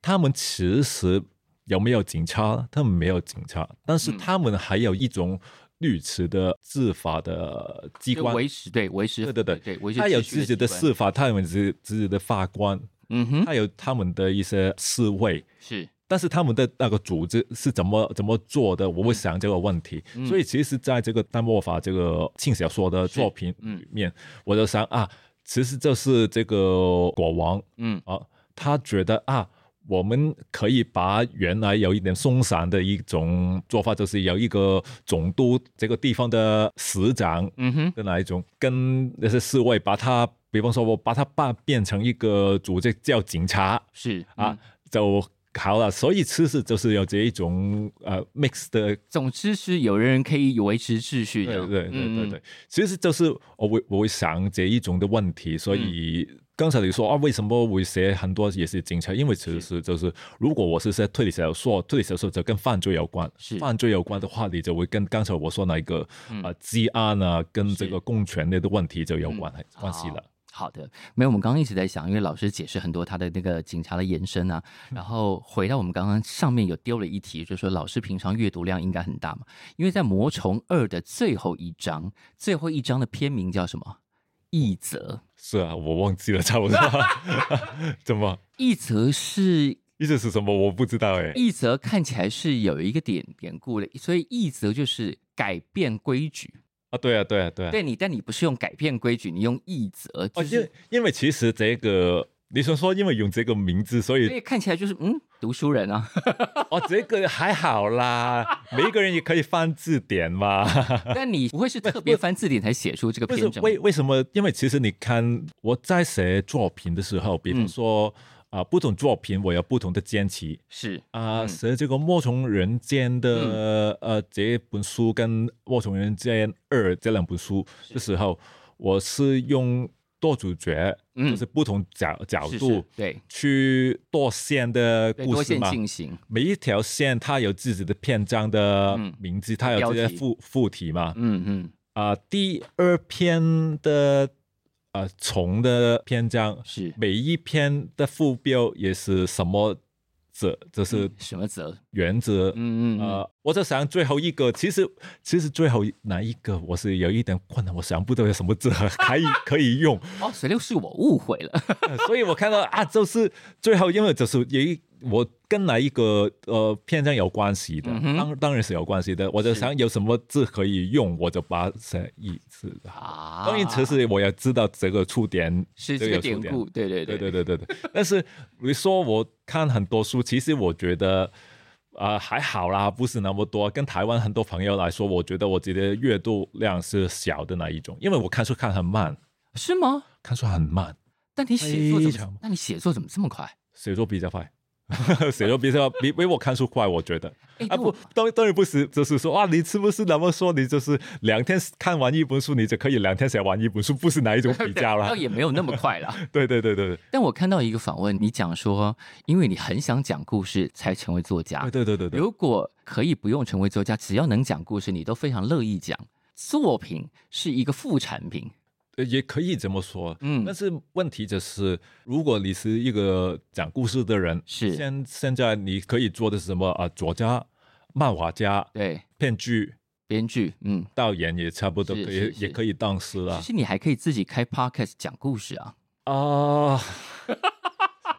[SPEAKER 2] 他们其实有没有警察？他们没有警察，但是
[SPEAKER 1] 嗯
[SPEAKER 2] 他们还有一种律师的执法的机
[SPEAKER 1] 就
[SPEAKER 2] 关。
[SPEAKER 1] 维持对维持
[SPEAKER 2] 对对对
[SPEAKER 1] 对维持
[SPEAKER 2] 他有
[SPEAKER 1] 秩序
[SPEAKER 2] 自己的
[SPEAKER 1] 习惯
[SPEAKER 2] 司，法，他有自自己的法官，
[SPEAKER 1] 嗯哼，
[SPEAKER 2] 他有他们的一些侍卫，
[SPEAKER 1] 是
[SPEAKER 2] 但是他们的那个组织是怎么怎么做的？我会想这个问题。
[SPEAKER 1] 嗯
[SPEAKER 2] 所以其实，在这个丹墨法这个轻小说的作品
[SPEAKER 1] 嗯
[SPEAKER 2] 里面，我就想啊，其实就是这个国王
[SPEAKER 1] 嗯
[SPEAKER 2] 啊，他觉得啊，我们可以把原来有一点松散的一种做法，就是有一个总督这个地方的市长
[SPEAKER 1] 嗯哼，
[SPEAKER 2] 的那一种，跟那些侍卫把他，比方说我把他扮变成一个组织叫警察。
[SPEAKER 1] 是
[SPEAKER 2] 啊
[SPEAKER 1] 啊。，
[SPEAKER 2] 就好了。所以其实就是有这一种呃 mix 的，
[SPEAKER 1] 总之是有人可以维持秩序
[SPEAKER 2] 对
[SPEAKER 1] 的，
[SPEAKER 2] 对对对
[SPEAKER 1] 嗯嗯
[SPEAKER 2] 对，，其实就是我会我会想这一种的问题，所以刚才你说啊，为什么会写很多也是警察？因为其实是就是，如果我是写推理小说，推理小说就跟犯罪有关，
[SPEAKER 1] 是
[SPEAKER 2] 犯罪有关的话，你就会跟刚才我说那个
[SPEAKER 1] 嗯
[SPEAKER 2] 啊、呃治安啊，跟
[SPEAKER 1] 是嗯啊
[SPEAKER 2] 这个公权力的问题就有关系、关系了。
[SPEAKER 1] 好的，没有，我们刚刚一直在想，因为老师解释很多他的那个警察的延伸啊，然后回到我们刚刚上面有丢了一题，就是说老师平常阅读量应该很大嘛，因为在《魔虫二》的最后一章，最后一章的片名叫什么？一则，
[SPEAKER 2] 是啊，我忘记了，差不多。 <laughs> 怎么？
[SPEAKER 1] 一则是
[SPEAKER 2] 意思是什么？我不知道哎、
[SPEAKER 1] 一则看起来是有一个典典故的，所以一则就是改变规矩。
[SPEAKER 2] 啊，对啊，对啊，对啊。
[SPEAKER 1] 对你，但你不是用改变规矩，你用一则，就
[SPEAKER 2] 哦，因
[SPEAKER 1] 是
[SPEAKER 2] 为因为其实这个，你想说因为用这个名字，所以
[SPEAKER 1] 所以看起来就是嗯，读书人 <laughs> 啊。
[SPEAKER 2] 哦，这个还好啦，每一个人也可以翻字典嘛。
[SPEAKER 1] 但你不会是特别翻字典才写出这个
[SPEAKER 2] 不是
[SPEAKER 1] 篇章？
[SPEAKER 2] 为为什么？因为其实你看我在写作品的时候，比
[SPEAKER 1] 嗯
[SPEAKER 2] 方说啊、不同作品我有不同的坚持
[SPEAKER 1] 是
[SPEAKER 2] 啊、
[SPEAKER 1] 嗯
[SPEAKER 2] 写这个《莫从人间》的、呃这本书跟《莫从人间二》这两本书的时候，我是用多主角，
[SPEAKER 1] 嗯
[SPEAKER 2] 就是不同角角
[SPEAKER 1] 是
[SPEAKER 2] 度
[SPEAKER 1] 是，对
[SPEAKER 2] 去多线的
[SPEAKER 1] 对，
[SPEAKER 2] 故
[SPEAKER 1] 多
[SPEAKER 2] 事
[SPEAKER 1] 线
[SPEAKER 2] 嘛。
[SPEAKER 1] 进行，
[SPEAKER 2] 每一条线它有自己的篇章的
[SPEAKER 1] 嗯
[SPEAKER 2] 名字，它有
[SPEAKER 1] 标
[SPEAKER 2] 这些
[SPEAKER 1] 题
[SPEAKER 2] 副副题嘛。
[SPEAKER 1] 嗯嗯，
[SPEAKER 2] 啊、第二篇的啊虫的篇章，
[SPEAKER 1] 是嗯
[SPEAKER 2] 每一篇的副标也是什么则，就是
[SPEAKER 1] 什么则？
[SPEAKER 2] 原则。
[SPEAKER 1] 嗯嗯嗯，
[SPEAKER 2] 呃，我在想最后一个，其实其实最后哪一个我是有一点困难，我想不到有什么字可以可以
[SPEAKER 1] <laughs>
[SPEAKER 2] 用，
[SPEAKER 1] 哦，水六是我误会了，
[SPEAKER 2] 呃所以我看到啊，就是最后因为就是有一我跟哪一个呃篇章有关系的，
[SPEAKER 1] 嗯哼
[SPEAKER 2] 当当然是有关系的，我就是想有什么字可以用，我就把写一次。
[SPEAKER 1] 啊
[SPEAKER 2] <laughs> 当然，其实我也知道这个触点
[SPEAKER 1] 是这个
[SPEAKER 2] 有触
[SPEAKER 1] 典故，对对
[SPEAKER 2] 对
[SPEAKER 1] 对
[SPEAKER 2] 对对对 <laughs> 对。但是你说我看很多书，其实我觉得。啊、还好啦，不是那么多。跟台湾很多朋友来说，我觉得我自己的阅读量是小的那一种，因为我看书看很慢，
[SPEAKER 1] 是吗？
[SPEAKER 2] 看书很慢，
[SPEAKER 1] 但你写作
[SPEAKER 2] 非
[SPEAKER 1] 怎么
[SPEAKER 2] 常？
[SPEAKER 1] 那你写作怎么这么快？
[SPEAKER 2] 写作比较快， <laughs> 写作比较比比我看书快，我觉得。
[SPEAKER 1] 哎
[SPEAKER 2] 啊
[SPEAKER 1] 那我
[SPEAKER 2] 不，当当然不是，就是说啊，你是不是那么说？你就是两天看完一本书，你就可以两天写完一本书，不是哪一种比较啦
[SPEAKER 1] <laughs> 倒？也没有那么快
[SPEAKER 2] <laughs>
[SPEAKER 1] 啦。
[SPEAKER 2] 对对对对对
[SPEAKER 1] 但我看到一个访问，你讲说，因为你很想讲故事才成为作家
[SPEAKER 2] 对，对对对对。
[SPEAKER 1] 如果可以不用成为作家，只要能讲故事，你都非常乐意讲。作品是一个副产品，
[SPEAKER 2] 呃也可以这么说，
[SPEAKER 1] 嗯
[SPEAKER 2] 但是问题就是，如果你是一个讲故事的人，
[SPEAKER 1] 是
[SPEAKER 2] 现现在你可以做的是什么啊？作家、漫画家、
[SPEAKER 1] 对，
[SPEAKER 2] 编剧、
[SPEAKER 1] 编剧，嗯，
[SPEAKER 2] 导演也差不多可
[SPEAKER 1] 是
[SPEAKER 2] 以，
[SPEAKER 1] 是是
[SPEAKER 2] 也可以当师啊了
[SPEAKER 1] 其实你还可以自己开 podcast 讲故事啊，
[SPEAKER 2] 啊。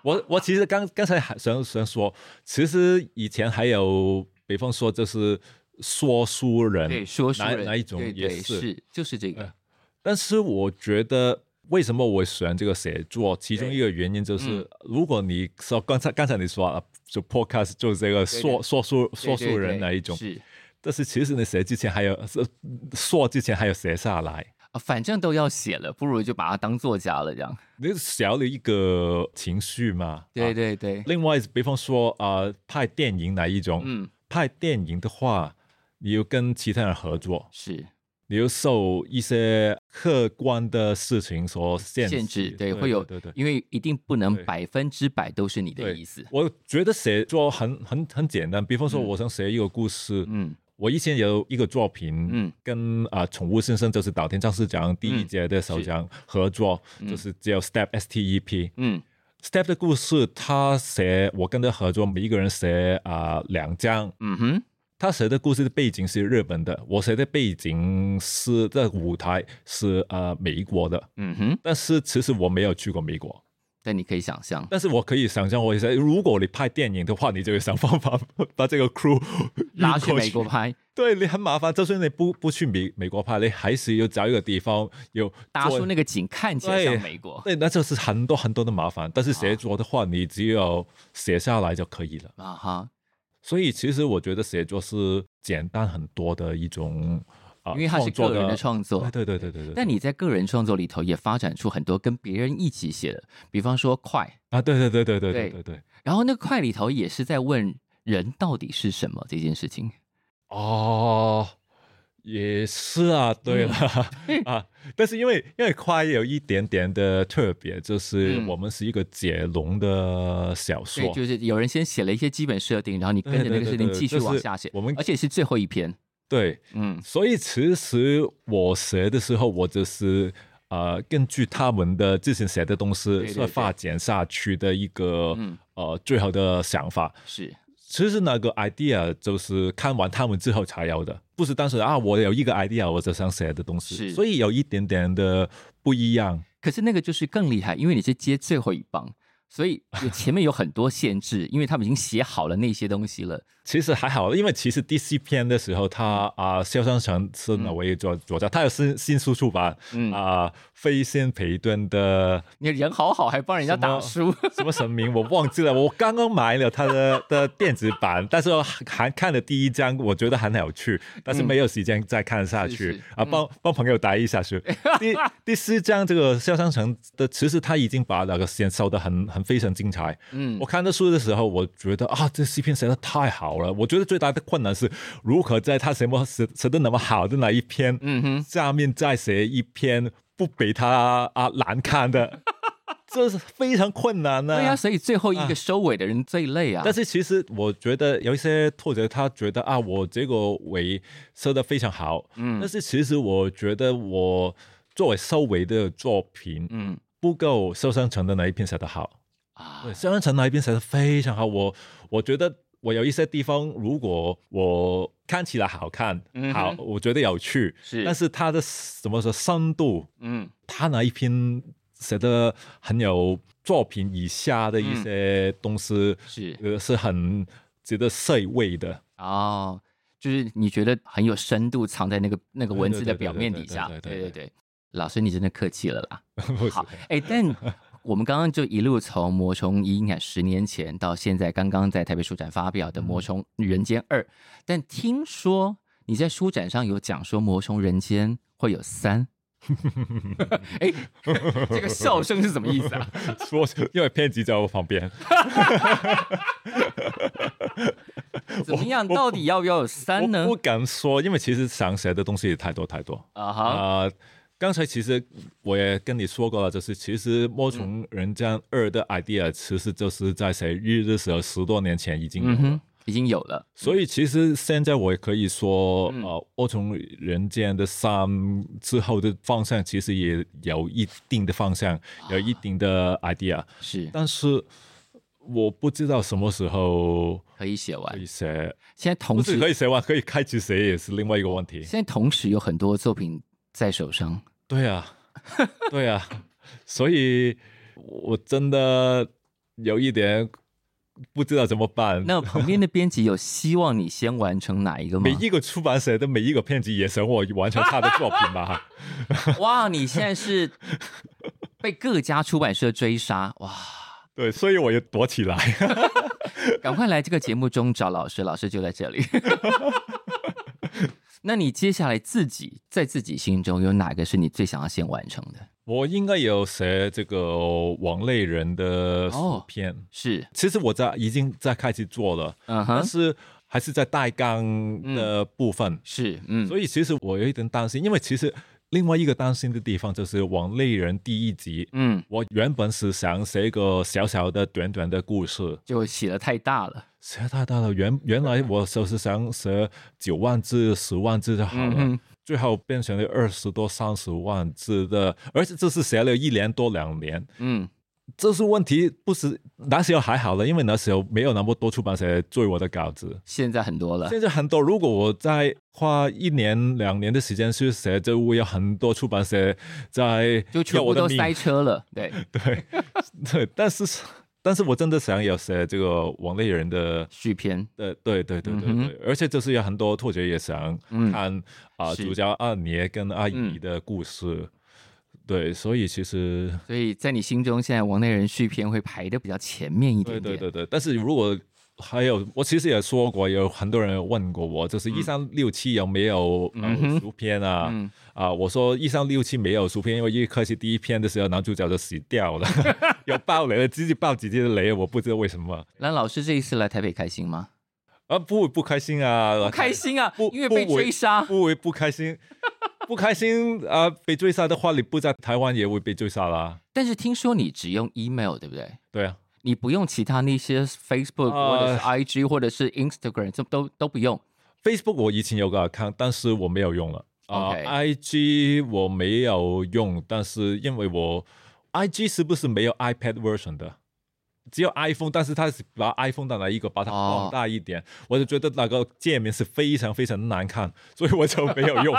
[SPEAKER 2] 我我其实刚刚才还想想说，其实以前还有，比方说就是说书人，
[SPEAKER 1] 对，说书
[SPEAKER 2] 哪
[SPEAKER 1] 人
[SPEAKER 2] 嗯哪一种
[SPEAKER 1] 对
[SPEAKER 2] 也
[SPEAKER 1] 对是就是这个
[SPEAKER 2] 呃，但是我觉得，为什么我喜欢这个写作？其中一个原因就是，
[SPEAKER 1] 嗯
[SPEAKER 2] 如果你说刚才刚才你说啊，就 podcast 就是这个说说书
[SPEAKER 1] 对
[SPEAKER 2] 说
[SPEAKER 1] 对
[SPEAKER 2] 书
[SPEAKER 1] 对
[SPEAKER 2] 人那一种，
[SPEAKER 1] 是
[SPEAKER 2] 但是其实你写之前还有是说之前还有写下来，
[SPEAKER 1] 啊，反正都要写了，不如就把它当作家了，这样。
[SPEAKER 2] 你少了一个情绪嘛。
[SPEAKER 1] 对
[SPEAKER 2] 啊
[SPEAKER 1] 对对，
[SPEAKER 2] 另外，比方说啊、呃拍电影那一种，
[SPEAKER 1] 嗯，
[SPEAKER 2] 拍电影的话，你要跟其他人合作，
[SPEAKER 1] 是
[SPEAKER 2] 你要受一些客观的事情所限
[SPEAKER 1] 限制，对，会有
[SPEAKER 2] 对对，。
[SPEAKER 1] 因为一定不能
[SPEAKER 2] 对
[SPEAKER 1] 百分之百都是你的
[SPEAKER 2] 对
[SPEAKER 1] 意思，
[SPEAKER 2] 我觉得写作很很很简单，比方说我想写一个故事，
[SPEAKER 1] 嗯，
[SPEAKER 2] 我以前有一个作品，
[SPEAKER 1] 嗯
[SPEAKER 2] 跟啊、宠物先生就是岛田章司长第一届的首长合作，就是叫 Step S T E P。
[SPEAKER 1] 嗯
[SPEAKER 2] Step 的故事，他写我跟他合作，每一个人写啊、两章。
[SPEAKER 1] 嗯哼，
[SPEAKER 2] 他写的故事的背景是日本的，我写的背景是这舞台是啊、美国的，
[SPEAKER 1] 嗯哼，
[SPEAKER 2] 但是其实我没有去过美国，
[SPEAKER 1] 但你可以想
[SPEAKER 2] <laughs>
[SPEAKER 1] 象，
[SPEAKER 2] 但是我可以想象，我一下，如果你拍电影的话，你就要想办法 <laughs> 把这个 crew
[SPEAKER 1] 拉
[SPEAKER 2] 运
[SPEAKER 1] 去
[SPEAKER 2] <laughs> 过
[SPEAKER 1] 美国。拍，
[SPEAKER 2] 对你很麻烦，就算你不不去美美国拍，你还是要找一个地方有
[SPEAKER 1] 搭出
[SPEAKER 2] 那
[SPEAKER 1] 那个景看起来
[SPEAKER 2] 对
[SPEAKER 1] 像美国
[SPEAKER 2] 对，那就是很多很多的麻烦。但是写作的话，你只要写下来就可以了。
[SPEAKER 1] 啊哈，
[SPEAKER 2] 所以其实我觉得写作是简单很多的一种啊，
[SPEAKER 1] 因为它是
[SPEAKER 2] 作
[SPEAKER 1] 个人的创作，
[SPEAKER 2] 对对对对对对。
[SPEAKER 1] 但你在个人创作里头也发展出很多跟别人一起写的，比方说快，
[SPEAKER 2] 啊，对对对对对
[SPEAKER 1] 对
[SPEAKER 2] 对对对。
[SPEAKER 1] 然后那个快里头也是在问人到底是什么这件事情。
[SPEAKER 2] 哦，也是啊，对了、
[SPEAKER 1] 嗯
[SPEAKER 2] <laughs> 啊，但是因为因为快有一点点的特别，就是
[SPEAKER 1] 嗯
[SPEAKER 2] 我们是一个解龙的小说，
[SPEAKER 1] 对，就是有人先写了一些基本设定，然后你跟着那个设定继续往下写
[SPEAKER 2] 对对对对就是，我们
[SPEAKER 1] 而且是最后一篇，
[SPEAKER 2] 对，
[SPEAKER 1] 嗯
[SPEAKER 2] 所以其实我写的时候，我就是呃，根据他们的之前写的东西
[SPEAKER 1] 对对
[SPEAKER 2] 再发展下去的一个
[SPEAKER 1] 嗯
[SPEAKER 2] 呃最后的想法。
[SPEAKER 1] 是，
[SPEAKER 2] 其实那个 idea 就是看完他们之后才有的，不是当时啊，我有一个 idea，我就想写的东西，
[SPEAKER 1] 是
[SPEAKER 2] 所以有一点点的不一样。
[SPEAKER 1] 可是那个就是更厉害，因为你是接最后一棒，所以有前面有很多限制，因为他们已经写好了那些东西了，
[SPEAKER 2] 其实还好，因为其实第四篇的时候，他啊，肖湘成是哪位作作家？他有新新书出版，
[SPEAKER 1] 嗯
[SPEAKER 2] 啊，费线培顿的
[SPEAKER 1] 你人好好，还帮人家打书，
[SPEAKER 2] <laughs> 什么神明我忘记了，我刚刚买了他的的电子版，但是我还看了第一章，我觉得很有趣，但是没有时间再看下
[SPEAKER 1] 是
[SPEAKER 2] 去、
[SPEAKER 1] 是
[SPEAKER 2] 啊，帮帮朋友答一下去。第 <laughs> 第四章这个肖湘成的，其实他已经把那个线收的很很非常精彩。
[SPEAKER 1] 嗯
[SPEAKER 2] 我，看这书的时候，我觉得啊，这诗篇写的太好了。我觉得最大的困难是如何在他什么写写的那么好的那一篇，
[SPEAKER 1] 嗯哼，
[SPEAKER 2] 下面再写一篇不比他啊难
[SPEAKER 1] <laughs>
[SPEAKER 2] 看的，这是非常困难呢、
[SPEAKER 1] 对呀、所以最后一个收尾的人最累啊，
[SPEAKER 2] 嗯但是其实我觉得有一些作者他觉得啊，我这个尾收的非常好，
[SPEAKER 1] 嗯
[SPEAKER 2] 但是其实我觉得我作为收尾的作品
[SPEAKER 1] 嗯
[SPEAKER 2] 不够收山城的那一篇写的好。
[SPEAKER 1] 啊
[SPEAKER 2] 对，，萧山城那一边写的非常好，我我觉得我有一些地方，如果我看起来好看，
[SPEAKER 1] 嗯哼
[SPEAKER 2] 好，我觉得有趣，
[SPEAKER 1] 是
[SPEAKER 2] 但是它的怎么说深度，
[SPEAKER 1] 嗯
[SPEAKER 2] 它那一篇写的很有作品以下的一些东西，
[SPEAKER 1] 嗯是
[SPEAKER 2] 呃，是很值得细味的。 <laughs>
[SPEAKER 1] 哦，就是你觉得很有深度，藏在那个那个文字的表面底下。
[SPEAKER 2] 对
[SPEAKER 1] 对
[SPEAKER 2] 对对对对对对
[SPEAKER 1] 对对，老师你真的客气了啦。
[SPEAKER 2] 不是
[SPEAKER 1] 好，哎，
[SPEAKER 2] <laughs>
[SPEAKER 1] 但我们刚刚就一路从《魔虫一》，你看十年前到现在，刚刚在台北书展发表的《
[SPEAKER 2] 嗯
[SPEAKER 1] 魔虫人间二》，但听说你在书展上有讲说《魔虫人间》会有三。
[SPEAKER 2] <laughs>
[SPEAKER 1] 哎，这个笑声是什么意思啊？
[SPEAKER 2] 说，因为编辑在我
[SPEAKER 1] <laughs>
[SPEAKER 2] 旁边，
[SPEAKER 1] 怎么样？到底要不要有三呢
[SPEAKER 2] 我不？敢说，因为其实想写的东西也太多太多。
[SPEAKER 1] 啊哈，
[SPEAKER 2] 啊、刚才其实我也跟你说过了，就是其实《魔虫人间二》的 idea 其实就是在谁日的时候十多年前已经有了，
[SPEAKER 1] 嗯哼，已经有了。
[SPEAKER 2] 所以其实现在我也可以说，
[SPEAKER 1] 嗯
[SPEAKER 2] 呃，《魔虫人间》的三之后的方向其实也有一定的方向，有一定的 idea，、
[SPEAKER 1] 是
[SPEAKER 2] 但是我不知道什么时候
[SPEAKER 1] 可以写完
[SPEAKER 2] 可以。写，
[SPEAKER 1] 现在
[SPEAKER 2] 不
[SPEAKER 1] 啊同
[SPEAKER 2] 是
[SPEAKER 1] 时
[SPEAKER 2] 可以写完，可以开始写也是另外一个问题。
[SPEAKER 1] 现在同时有很多作品在手上，
[SPEAKER 2] 对啊， <laughs> 对啊，所以我真的有一点不知道怎么办。
[SPEAKER 1] 那旁边的编辑有希望你先完成哪一个吗
[SPEAKER 2] 每？一个出版社的每一个编辑也想我完成他的作品
[SPEAKER 1] <laughs>
[SPEAKER 2] 吧？
[SPEAKER 1] <laughs> 哇，你现在是被各家出版社追杀哇！
[SPEAKER 2] 对，所以我就躲起来。
[SPEAKER 1] 赶快来这个节目中找老师，老师就在这里。 <laughs> 那你接下来自己在自己心中有哪个是你最想要先完成的？
[SPEAKER 2] 我应该有写这个网类人的
[SPEAKER 1] 哦
[SPEAKER 2] 书片，
[SPEAKER 1] 是，
[SPEAKER 2] 其实我在已经在开始做了，
[SPEAKER 1] 嗯
[SPEAKER 2] 但
[SPEAKER 1] 哼，
[SPEAKER 2] 是还是在带纲的部分。
[SPEAKER 1] 是，嗯，
[SPEAKER 2] 所以其实我有一点担心，因为其实另外一个担心的地方就是《网类人》第一集，
[SPEAKER 1] 嗯，
[SPEAKER 2] 我原本是想写一个小小的、短短的故事，
[SPEAKER 1] 就写的太大了，
[SPEAKER 2] 写太大了。原原来我就是想写九万字、十万字就好了，
[SPEAKER 1] 嗯哼
[SPEAKER 2] 最后变成了二十多、三十万字的，而且这是写了一年多、两年。
[SPEAKER 1] 嗯，
[SPEAKER 2] 这是问题，不是那时候还好了，因为那时候没有那么多出版社追我的
[SPEAKER 1] <laughs>
[SPEAKER 2] 稿子。
[SPEAKER 1] 现在很多了，
[SPEAKER 2] 现在很多，如果我在花一年两年的时间去写，就会有很多出版社在
[SPEAKER 1] 就全
[SPEAKER 2] 要
[SPEAKER 1] 部
[SPEAKER 2] 我的
[SPEAKER 1] 都
[SPEAKER 2] 命
[SPEAKER 1] 塞车了，对，
[SPEAKER 2] <laughs> 对 <laughs> 对，但是但是我真的想要写这个网类人的。
[SPEAKER 1] 续篇，
[SPEAKER 2] 对对对对对对，
[SPEAKER 1] 嗯哼
[SPEAKER 2] 而且就是有很多作者也想
[SPEAKER 1] 嗯
[SPEAKER 2] 看啊、
[SPEAKER 1] 是
[SPEAKER 2] 主角阿年跟阿姨
[SPEAKER 1] 嗯
[SPEAKER 2] 的故事，对，所以其实
[SPEAKER 1] 所以在你心中，现在王内人续篇会排的比较前面一
[SPEAKER 2] 对
[SPEAKER 1] 点点。
[SPEAKER 2] 对对对，但是如果还有，我其实也说过，有很多人有问过我，就是一三六七有没有呃
[SPEAKER 1] 嗯哼
[SPEAKER 2] 书片啊？
[SPEAKER 1] 嗯
[SPEAKER 2] 啊，我说一三六七没有书片，因为一开始第一篇的时候男主角就死掉了， <laughs> 有爆雷了，自己爆自己的雷，我不知道为什么。
[SPEAKER 1] 兰老师这一次来台北开心吗？
[SPEAKER 2] 啊，不不开心啊，
[SPEAKER 1] 不开心啊
[SPEAKER 2] 不，
[SPEAKER 1] 因为被
[SPEAKER 2] 不为
[SPEAKER 1] 追杀
[SPEAKER 2] 不为不
[SPEAKER 1] <laughs>
[SPEAKER 2] 开心，不开心啊，被追杀的话，你不在台湾也会被追杀啦。
[SPEAKER 1] 但是听说你只用 email 对不对？
[SPEAKER 2] 对啊，
[SPEAKER 1] 你不用其他那些 Facebook 或者是
[SPEAKER 2] 呃
[SPEAKER 1] IG 或者是 Instagram，这都都不用。
[SPEAKER 2] Facebook 我以前有个 account，但是我没有用了。啊、
[SPEAKER 1] OK
[SPEAKER 2] i g 我没有用，但是因为我 IG 是不是没有 iPad version 的？只有 iPhone，但是它是把 iPhone 的那一个把它
[SPEAKER 1] 哦
[SPEAKER 2] 放大一点，我就觉得那个界面是非常非常难看，所以我就没有
[SPEAKER 1] <laughs>
[SPEAKER 2] 用。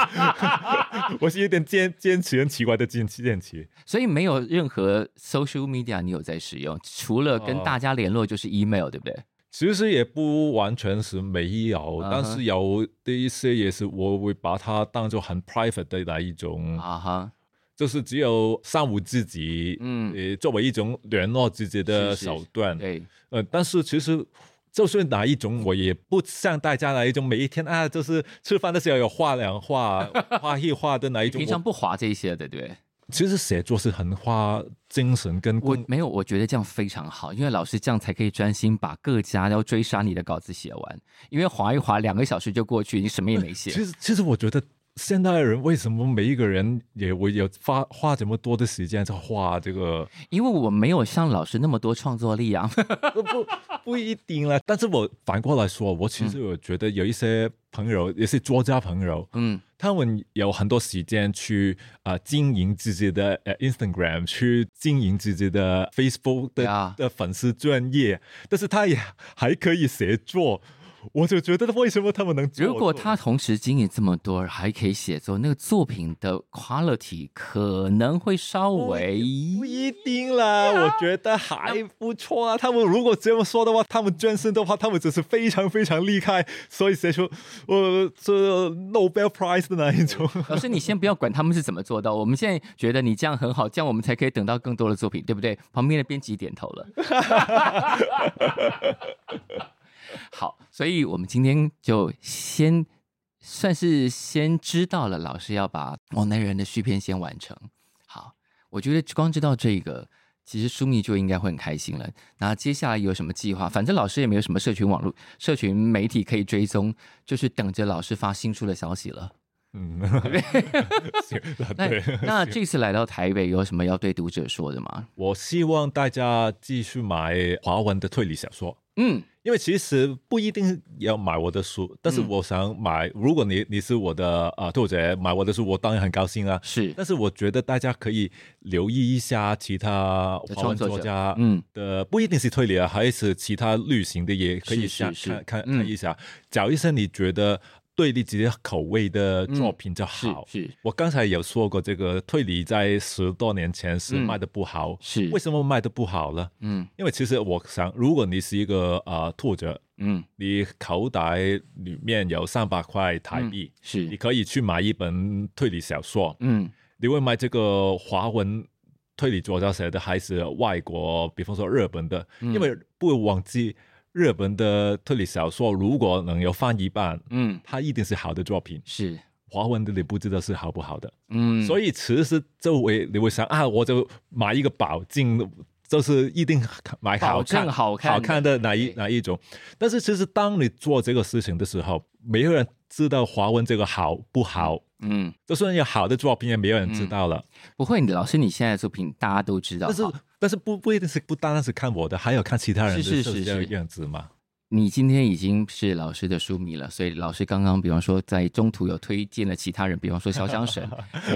[SPEAKER 2] <laughs> 我是有点坚坚持很奇怪的坚持坚持。
[SPEAKER 1] 所以没有任何 social media 你有在使用，除了跟
[SPEAKER 2] 哦
[SPEAKER 1] 大家联络就是 email，对不对？
[SPEAKER 2] 其实也不完全是没有，
[SPEAKER 1] 嗯哼
[SPEAKER 2] 但是有的一些也是我会把它当做很 private 的那一种
[SPEAKER 1] 啊哈，
[SPEAKER 2] 就是只有上午自己，
[SPEAKER 1] 嗯
[SPEAKER 2] 呃，作为一种联络自己的
[SPEAKER 1] 是是
[SPEAKER 2] 手段，
[SPEAKER 1] 对，
[SPEAKER 2] 呃，但是其实。就是哪一种，我也不像大家那一种，每一天啊，就是吃饭的时候有话两话、话一话的那一种。
[SPEAKER 1] 平常不划这些的，对不对？
[SPEAKER 2] 我其实写作是很花精神跟
[SPEAKER 1] 我
[SPEAKER 2] 功
[SPEAKER 1] 没有，我觉得这样非常好，因为老师这样才可以专心把各家要追杀你的稿子写完。因为划一划，两个小时就过去，你什么也没写。
[SPEAKER 2] 其实，其实我觉得现代人为什么每一个人也会有花花这么多的时间在画这个？
[SPEAKER 1] 因为我没有像老师那么多创作力啊。
[SPEAKER 2] <laughs>
[SPEAKER 1] <laughs>
[SPEAKER 2] 不不不一定啦。但是我反过来说，我其实我觉得有一些朋友，也是作家朋友，
[SPEAKER 1] 嗯，
[SPEAKER 2] 他们有很多时间去啊、呃经营自己的呃 Instagram，去经营自己的 Facebook 的、
[SPEAKER 1] 呀
[SPEAKER 2] 的粉丝专业，但是他也还可以写作。我就觉得为什么他们能做？
[SPEAKER 1] 如果他同时经营这么多，还可以写作，那个作品的 quality 可能会稍微
[SPEAKER 2] 不一定啦，我觉得还不错啊。他们如果这么说的话，他们捐身的话，他们只是非常非常厉害，所以谁说呃这 Nobel Prize 的那一种？
[SPEAKER 1] <laughs> 老师，你先不要管他们是怎么做到，我们现在觉得你这样很好，这样我们才可以等到更多的作品，对不对？旁边的编辑点头了。好，所以我们今天就先算是先知道了，老师要把《往南人》的续篇先完成。好，我觉得光知道这个。其实书迷就应该会很开心了。那接下来有什么计划？反正老师也没有什么社群网络、社群媒体可以追踪，就是等着老师发新书的消息了。
[SPEAKER 2] 嗯，行
[SPEAKER 1] 那 <laughs>
[SPEAKER 2] 对。 <laughs>
[SPEAKER 1] 那这次来到台北，有什么要对读者说的吗？
[SPEAKER 2] 我希望大家继续买华文的推理小说。
[SPEAKER 1] 嗯，
[SPEAKER 2] 因为其实不一定要买我的书，但是
[SPEAKER 1] 嗯
[SPEAKER 2] 我想买。如果你你是我的啊作者，买我的书，我当然很高兴啦。
[SPEAKER 1] 是
[SPEAKER 2] 但是我觉得大家可以留意一下其他
[SPEAKER 1] 的
[SPEAKER 2] 华
[SPEAKER 1] 创
[SPEAKER 2] 文
[SPEAKER 1] 作者
[SPEAKER 2] 作家，
[SPEAKER 1] 嗯
[SPEAKER 2] 的不一定是推理啊，还是其他类型的也可以
[SPEAKER 1] 是
[SPEAKER 2] 想
[SPEAKER 1] 是是
[SPEAKER 2] 看看
[SPEAKER 1] 嗯
[SPEAKER 2] 看一下，找一些你觉得对你自己口味的作品就好。
[SPEAKER 1] 是是
[SPEAKER 2] 我刚才有说过，这个推理在十多年前是
[SPEAKER 1] 嗯
[SPEAKER 2] 卖的不好，
[SPEAKER 1] 是
[SPEAKER 2] 为什么卖的不好呢？
[SPEAKER 1] 嗯
[SPEAKER 2] 因为其实我想，如果你是一个呃作者，
[SPEAKER 1] 嗯
[SPEAKER 2] 你口袋里面有三百块台币，你
[SPEAKER 1] 是
[SPEAKER 2] 可以去买一本推理小说，
[SPEAKER 1] 嗯
[SPEAKER 2] 你会买这个华文推理作家写的，还是外国，比方说日本的？
[SPEAKER 1] 嗯
[SPEAKER 2] 因为不会忘记，日本的推理小说如果能有翻译版，
[SPEAKER 1] 嗯
[SPEAKER 2] 它一定是好的作品。
[SPEAKER 1] 是
[SPEAKER 2] 华文的你不知道是好不好的，
[SPEAKER 1] 嗯，
[SPEAKER 2] 所以其实周围你会想啊，我就买一个保证，就是一定买好
[SPEAKER 1] 保证
[SPEAKER 2] 看、
[SPEAKER 1] 好看的
[SPEAKER 2] 好看的哪一
[SPEAKER 1] 对
[SPEAKER 2] 哪一种。但是其实当你做这个事情的时候，没有人知道华文这个好不好。
[SPEAKER 1] 嗯
[SPEAKER 2] 就算有好的作品，也没有人知道了。
[SPEAKER 1] 不会，你老师你现在的作品大家都知道，
[SPEAKER 2] 但是
[SPEAKER 1] 好
[SPEAKER 2] 但是不不一定是不单单是看我的，还有看其他人的
[SPEAKER 1] 是是是
[SPEAKER 2] 这个
[SPEAKER 1] 是
[SPEAKER 2] 样子嘛。
[SPEAKER 1] 你今天已经是老师的书迷了，所以老师刚刚比方说在中途有推荐了其他人，比方说《潇湘神》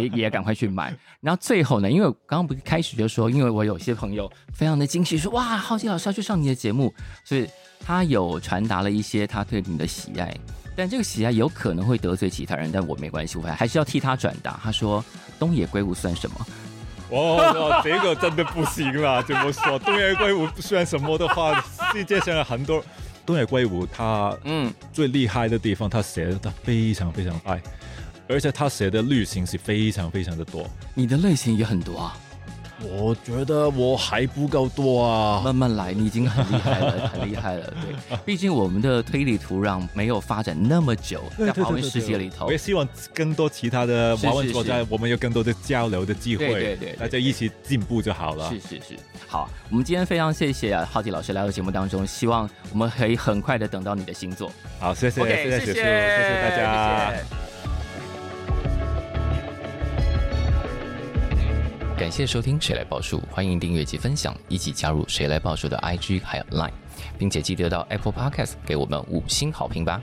[SPEAKER 1] 也，也赶快去买。然后最后呢，因为我刚刚不是开始就说，因为我有些朋友非常的惊喜，说哇，浩基老师要去上你的节目，所以他有传达了一些他对你的喜爱。但这个喜爱有可能会得罪其他人，但我没关系，我还还是要替他转达。他说：“东野圭吾算什么？
[SPEAKER 2] 哦，这个真的不行啦！哦怎么说？东野圭吾虽然什么的话，世界上有很多东野圭吾，他
[SPEAKER 1] 嗯，
[SPEAKER 2] 最厉害的地方，他写的他非常非常哦爱，而且他写的类型是非常非常的多。
[SPEAKER 1] 你的类型也很多啊，
[SPEAKER 2] 我觉得我还不够多啊。
[SPEAKER 1] 慢慢来，你已经很厉害了，很厉害了。对，毕竟我们的推理土壤没有发展那么久，在华文世界里头
[SPEAKER 2] 我也，希望更多其他的华文作家，我们有更多的交流的机会，
[SPEAKER 1] 对对对对
[SPEAKER 2] 大家一起进步就好了。
[SPEAKER 1] 是是是。好，我们今天非常谢谢啊，浩迪老师来到节目当中，希望我们可以很快的等到你的新作。
[SPEAKER 2] 好，谢谢
[SPEAKER 1] OK，
[SPEAKER 2] 谢
[SPEAKER 1] 谢
[SPEAKER 2] 谢雪叔，谢谢大家。
[SPEAKER 1] 谢谢感谢收听《谁来报数》，欢迎订阅及分享，一起加入《谁来报数》的 IG 还有 Line，并且记得到 Apple Podcast 给我们五星好评吧。